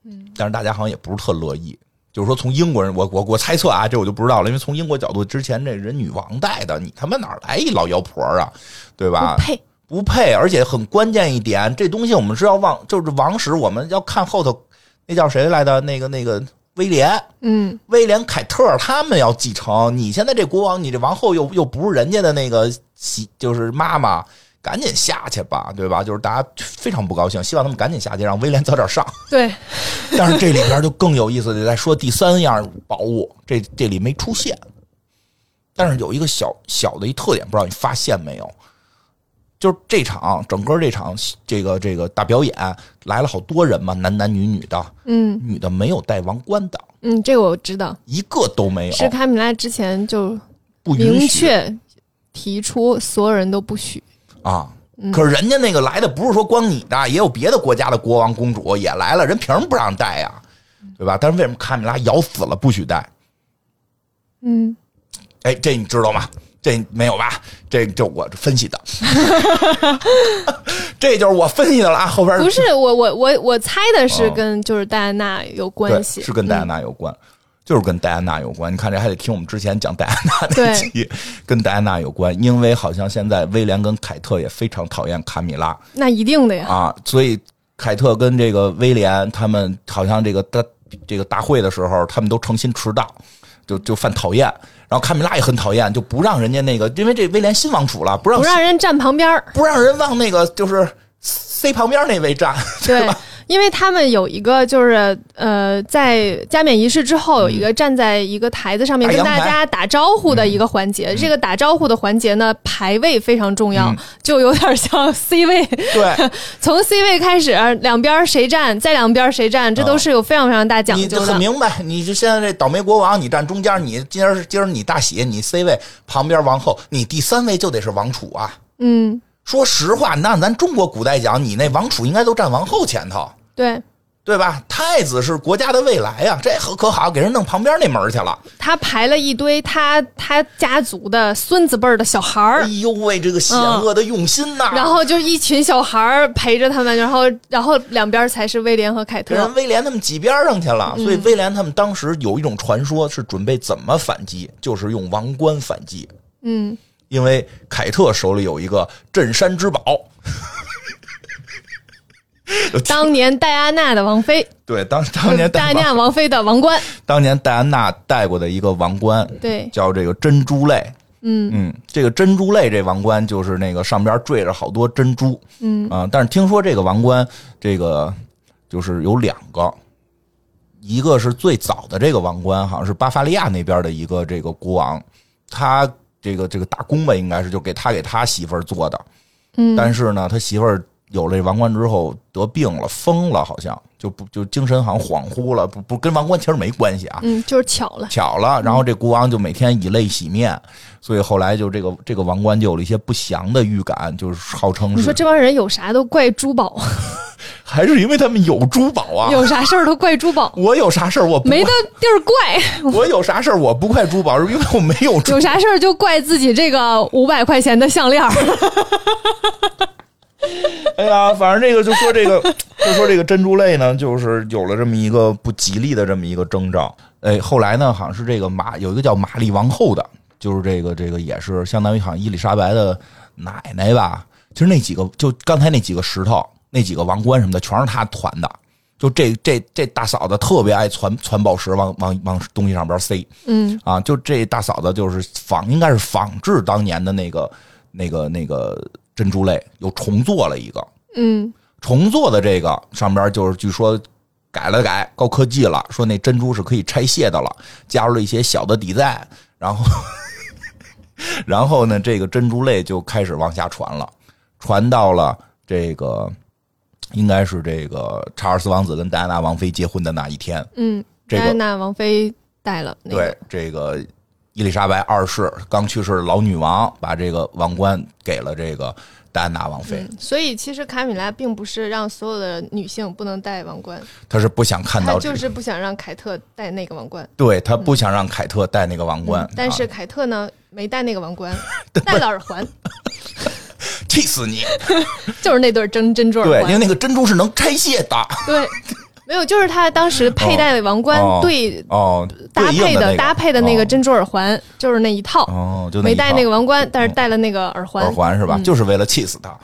[SPEAKER 2] 嗯，但是大家好像也不是特乐意，就是说从英国人，我我我猜测啊，这我就不知道了，因为从英国角度，之前这人女王戴的，你他妈哪儿来一老妖婆啊，对吧？
[SPEAKER 1] [laughs] 呸！
[SPEAKER 2] 不配，而且很关键一点，这东西我们是要往，就是王室，我们要看后头那叫谁来的，那个那个威廉，
[SPEAKER 1] 嗯，
[SPEAKER 2] 威廉凯特他们要继承。你现在这国王，你这王后又又不是人家的那个媳，就是妈妈，赶紧下去吧，对吧？就是大家非常不高兴，希望他们赶紧下去，让威廉早点上。 [laughs]
[SPEAKER 1] 对，
[SPEAKER 2] 但是这里边就更有意思的，再说第三样宝物，这这里没出现，但是有一个小小的一特点，不知道你发现没有？就是这场整个这场这个这个大表演来了好多人嘛，男男女女的，
[SPEAKER 1] 嗯
[SPEAKER 2] 女的没有戴王冠的，
[SPEAKER 1] 嗯，这个我知道，
[SPEAKER 2] 一个都没有，
[SPEAKER 1] 是卡米拉之前就
[SPEAKER 2] 不允
[SPEAKER 1] 明
[SPEAKER 2] 许
[SPEAKER 1] 确提出，所有人都不许。
[SPEAKER 2] 啊。可是人家那个来的不是说光你的，也有别的国家的国王公主也来了，人凭什么不让戴呀？对吧？但是为什么卡米拉咬死了不许戴？
[SPEAKER 1] 嗯，
[SPEAKER 2] 哎，这你知道吗？这没有吧？这就我分
[SPEAKER 1] [laughs]
[SPEAKER 2] 析的，这就是我分析的了啊。后边
[SPEAKER 1] 不是我我我我猜的是
[SPEAKER 2] 哦
[SPEAKER 1] 跟就是戴安娜有
[SPEAKER 2] 对，
[SPEAKER 1] 关系，
[SPEAKER 2] 是跟戴安
[SPEAKER 1] 嗯
[SPEAKER 2] 娜有关，就是跟戴安娜有关。你看这还得听我们之前讲戴安娜那
[SPEAKER 1] 对
[SPEAKER 2] 期，跟戴安娜有关，因为好像现在威廉跟凯特也非常讨厌卡米拉
[SPEAKER 1] 那一定的呀。
[SPEAKER 2] 啊，所以凯特跟这个威廉他们好像这个大这个大会的时候，他们都诚心迟到，就就犯讨厌。然后卡米拉也很讨厌，就不让人家那个，因为这威廉新王储了，不让
[SPEAKER 1] 不让人站旁边儿，
[SPEAKER 2] 不让人往那个就是 C 旁边那
[SPEAKER 1] [laughs]
[SPEAKER 2] 位站， [laughs]
[SPEAKER 1] 对，因为他们有一个就是呃，在加冕仪式之后有一个站在一个台子上面
[SPEAKER 2] 嗯打
[SPEAKER 1] 跟
[SPEAKER 2] 阳
[SPEAKER 1] 大
[SPEAKER 2] 台
[SPEAKER 1] 家打招呼的一个环节，这个打招呼的环节呢排位非常重要
[SPEAKER 2] 嗯，
[SPEAKER 1] 就有点像 C 位， [laughs]
[SPEAKER 2] 对，
[SPEAKER 1] 从 C 位开始，两边谁站，再两边谁站，这都是有非常非常大讲
[SPEAKER 2] 哦你就
[SPEAKER 1] 究
[SPEAKER 2] 很
[SPEAKER 1] 的。
[SPEAKER 2] 明白，你就现在这倒霉国王，你站中间，你今儿今儿你大喜，你 C 位，旁边王后，你第三位就得是王储啊。
[SPEAKER 1] 嗯，
[SPEAKER 2] 说实话，那咱中国古代讲，你那王储应该都站王后前头，
[SPEAKER 1] 对
[SPEAKER 2] 对吧？太子是国家的未来呀、这可可好，给人弄旁边那门儿去了。
[SPEAKER 1] 他排了一堆他他家族的孙子辈儿的小孩儿
[SPEAKER 2] 哎，呦喂，这个险恶的用心呐、
[SPEAKER 1] 然后就一群小孩儿陪着他们，然后然后两边才是威廉和凯
[SPEAKER 2] 给人
[SPEAKER 1] 特。
[SPEAKER 2] 威廉他们挤边儿上去了，
[SPEAKER 1] 嗯
[SPEAKER 2] 所以威廉他们当时有一种传说是准备怎么反击，就是用王冠反击。
[SPEAKER 1] 嗯，
[SPEAKER 2] 因为凯特手里有一个镇山之宝，
[SPEAKER 1] [laughs] 当年戴安娜的王妃，
[SPEAKER 2] 对，当 [laughs] 当年
[SPEAKER 1] 戴
[SPEAKER 2] 戴
[SPEAKER 1] 安娜王妃的王冠，
[SPEAKER 2] 当年戴安娜戴过的一个王冠，
[SPEAKER 1] 对
[SPEAKER 2] 叫这个珍珠泪。嗯这个珍珠泪这王冠就是那个上边缀着好多珍珠，嗯啊，但是听说这个王冠，这个就是有两个，一个是最早的这个王冠，好像是巴伐利亚那边的一个这个国王，他这个这个大公吧，应该是就给他给他媳妇儿做的，嗯，但是呢，他媳妇儿有了这王冠之后得病了，疯了，好像就不就精神好像恍惚了，不不跟王冠其实没关系啊，
[SPEAKER 1] 嗯，就是巧了，
[SPEAKER 2] 巧了，然后这国王就每天以泪洗面，所以后来就这个这个王冠就有了一些不祥的预感，就是号称
[SPEAKER 1] 你说
[SPEAKER 2] 是
[SPEAKER 1] 这帮人有啥都怪珠宝，
[SPEAKER 2] 还是因为他们有珠宝
[SPEAKER 1] [laughs]
[SPEAKER 2] 啊。
[SPEAKER 3] 有啥事儿都怪珠
[SPEAKER 2] [laughs]
[SPEAKER 3] 宝，
[SPEAKER 2] 我有啥事儿我不
[SPEAKER 3] 没的
[SPEAKER 2] 怪
[SPEAKER 3] 地儿怪，
[SPEAKER 1] [laughs]
[SPEAKER 2] 我有啥事儿我不怪珠宝，是因为我没有珠
[SPEAKER 3] 有啥事儿就怪自己这个五百块钱的项链儿。
[SPEAKER 2] [laughs] 哎呀，反正这个就说这个， [laughs] 就说这个珍珠类呢，就是有了这么一个不吉利的这么一个征兆。哎，后来呢，好像是这个玛有一个叫玛丽王后的，就是这个这个也是相当于好像伊丽莎白的奶奶吧。其实那几个就刚才那几个石头、那几个王冠什么的，全是她传的。就这这这大嫂子特别爱传传宝石往往往东西上边塞，
[SPEAKER 1] 嗯，
[SPEAKER 2] 啊，就这大嫂子就是仿，应该是仿制当年的那个那个那个珍珠类，又重做了一个，
[SPEAKER 1] 嗯，
[SPEAKER 2] 重做的这个上边就是据说改了改，高科技了，说那珍珠是可以拆卸的了，加入了一些小的底在，然后 [laughs] 然后呢，这个珍珠类就开始往下传了，传到了这个应该是这个查尔斯王子跟戴安娜王妃结婚的那一天，
[SPEAKER 1] 嗯，
[SPEAKER 2] 这个
[SPEAKER 1] 戴安娜王妃戴了那
[SPEAKER 2] 对
[SPEAKER 1] 个，
[SPEAKER 2] 这个伊丽莎白二世刚去世的老女王，把这个王冠给了这个戴安娜王妃，
[SPEAKER 1] 嗯，所以其实卡米拉并不是让所有的女性不能戴王冠，
[SPEAKER 2] 她是不想看
[SPEAKER 1] 她
[SPEAKER 2] 到这
[SPEAKER 1] 就
[SPEAKER 2] 个，
[SPEAKER 1] 是不想让凯特戴那个王冠。
[SPEAKER 2] 对她不想让凯特戴那个王冠，
[SPEAKER 1] 嗯但是
[SPEAKER 2] 啊、
[SPEAKER 1] 凯特呢没戴那个王
[SPEAKER 2] [laughs]
[SPEAKER 1] 冠，戴了耳环， [laughs]
[SPEAKER 2] 气死你！
[SPEAKER 1] 就是那对珍珍珠
[SPEAKER 2] 对
[SPEAKER 1] 耳，
[SPEAKER 2] 因为
[SPEAKER 1] 环。
[SPEAKER 2] 那个珍珠是能拆卸的
[SPEAKER 1] [laughs] 对，没有，就是她当时佩戴王冠
[SPEAKER 2] 哦哦
[SPEAKER 1] 对
[SPEAKER 2] 哦，
[SPEAKER 1] 搭配
[SPEAKER 2] 的、那哦
[SPEAKER 1] 搭配的那个珍珠耳环，就是那一套。
[SPEAKER 2] 哦，哦就
[SPEAKER 1] 没
[SPEAKER 2] 一
[SPEAKER 1] 戴
[SPEAKER 2] 套嗯
[SPEAKER 1] 那个王嗯冠，但是戴了那个耳环，
[SPEAKER 2] 耳环是吧？就是为了气死她。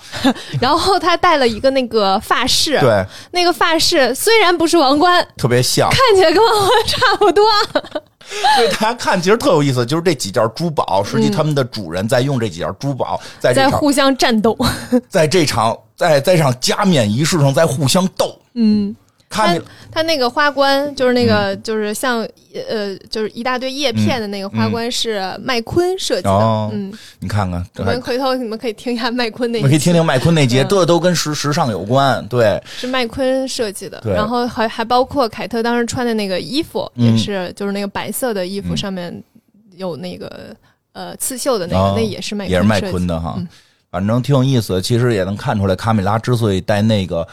[SPEAKER 1] 然后她戴了一个那个发饰，
[SPEAKER 2] 对，
[SPEAKER 1] 那个发饰虽然不是王冠，
[SPEAKER 2] 特
[SPEAKER 1] [laughs]
[SPEAKER 2] 别像。
[SPEAKER 3] 看起来跟王冠差不多，
[SPEAKER 2] 哎所以大家看，其实特有意思，就是这几件珠宝，
[SPEAKER 1] 嗯
[SPEAKER 2] 实际他们的主人在用这几件珠宝，在这
[SPEAKER 3] 在
[SPEAKER 2] 场
[SPEAKER 3] 互相战
[SPEAKER 2] [laughs]
[SPEAKER 3] 斗。
[SPEAKER 2] 在这场在在这场加冕仪式上在互相斗。嗯，看
[SPEAKER 1] 它
[SPEAKER 2] 见
[SPEAKER 1] 它那个花冠就是那个、
[SPEAKER 2] 嗯
[SPEAKER 1] 就是像呃就是一大堆叶片的那个花冠是麦昆设计的，
[SPEAKER 2] 嗯哦
[SPEAKER 1] 嗯，
[SPEAKER 2] 你看看，
[SPEAKER 1] 你
[SPEAKER 2] 这还
[SPEAKER 1] 们回头你们可以听一下麦昆那
[SPEAKER 2] 我
[SPEAKER 1] 一
[SPEAKER 2] 们可以
[SPEAKER 1] 期，
[SPEAKER 2] 听听麦昆那节，
[SPEAKER 1] 嗯
[SPEAKER 2] 这都跟时时尚有关。对，
[SPEAKER 1] 是麦昆设计的，
[SPEAKER 2] 对
[SPEAKER 1] 然后还还包括凯特当时穿的那个衣服、
[SPEAKER 2] 嗯
[SPEAKER 1] 也是就是那个白色的衣服
[SPEAKER 2] 嗯
[SPEAKER 1] 上面有那个呃刺绣的那个，
[SPEAKER 2] 哦
[SPEAKER 1] 那也是麦
[SPEAKER 2] 也是麦
[SPEAKER 1] 设计
[SPEAKER 2] 昆的哈
[SPEAKER 1] 嗯，
[SPEAKER 2] 反正挺有意思。其实也能看出来，卡米拉之所以戴那个。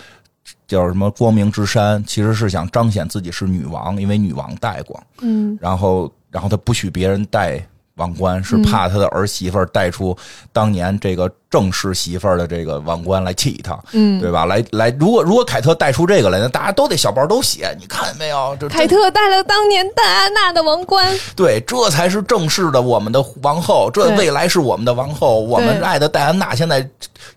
[SPEAKER 2] 叫什么光明之山，其实是想彰显自己是女王，因为女王戴过。
[SPEAKER 1] 嗯，
[SPEAKER 2] 然后，然后她不许别人戴王冠，
[SPEAKER 1] 嗯
[SPEAKER 2] 是怕她的儿媳妇儿带出当年这个正室媳妇儿的这个王冠来气她。
[SPEAKER 1] 嗯，
[SPEAKER 2] 对吧？来来，如果如果凯特带出这个来，那大家都得小报都写。你看见没有？这
[SPEAKER 1] 凯特戴了当年戴安娜的王 [laughs] 冠，
[SPEAKER 2] 对，这才是正式的我们的王后，这
[SPEAKER 1] 对
[SPEAKER 2] 未来是我们的王后。我们
[SPEAKER 1] 对
[SPEAKER 2] 爱的戴安娜现在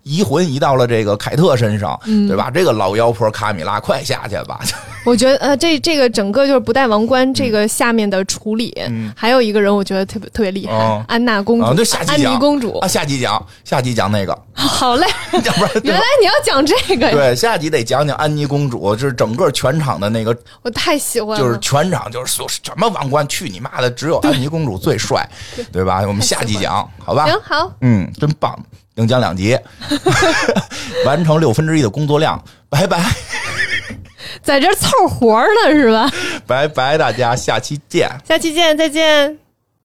[SPEAKER 2] 移魂移到了这个凯特身上，
[SPEAKER 1] 嗯
[SPEAKER 2] 对吧？这个老妖婆卡米拉，快下去吧！
[SPEAKER 1] 我觉得呃，这这个整个就是不戴王
[SPEAKER 2] 嗯
[SPEAKER 1] 冠这个下面的处理，还有一个人我觉得特别特别厉害，
[SPEAKER 2] 哦
[SPEAKER 1] 安娜公主，
[SPEAKER 2] [laughs] 啊，就下
[SPEAKER 1] 安
[SPEAKER 2] 集讲
[SPEAKER 1] 妮公主。
[SPEAKER 2] 啊，下集讲，下集讲那个， [laughs]
[SPEAKER 1] 好嘞，
[SPEAKER 2] 要不然对
[SPEAKER 3] 原
[SPEAKER 2] 吧
[SPEAKER 3] 来你要讲这个呀？
[SPEAKER 2] 对下集得讲讲安妮公主，就是整个全场的那个
[SPEAKER 1] 我太喜欢了。
[SPEAKER 2] 就是全场就是所什么王冠，去你妈的！只有安妮公主最帅，对吧？我们下集讲，好吧？
[SPEAKER 1] 行好，
[SPEAKER 2] 嗯，真棒，能讲两集， [laughs] 完成六分之一的工作量，拜拜
[SPEAKER 3] 在这儿凑活儿呢是吧？
[SPEAKER 2] 拜拜，大家下期见。
[SPEAKER 1] 下期见，再见。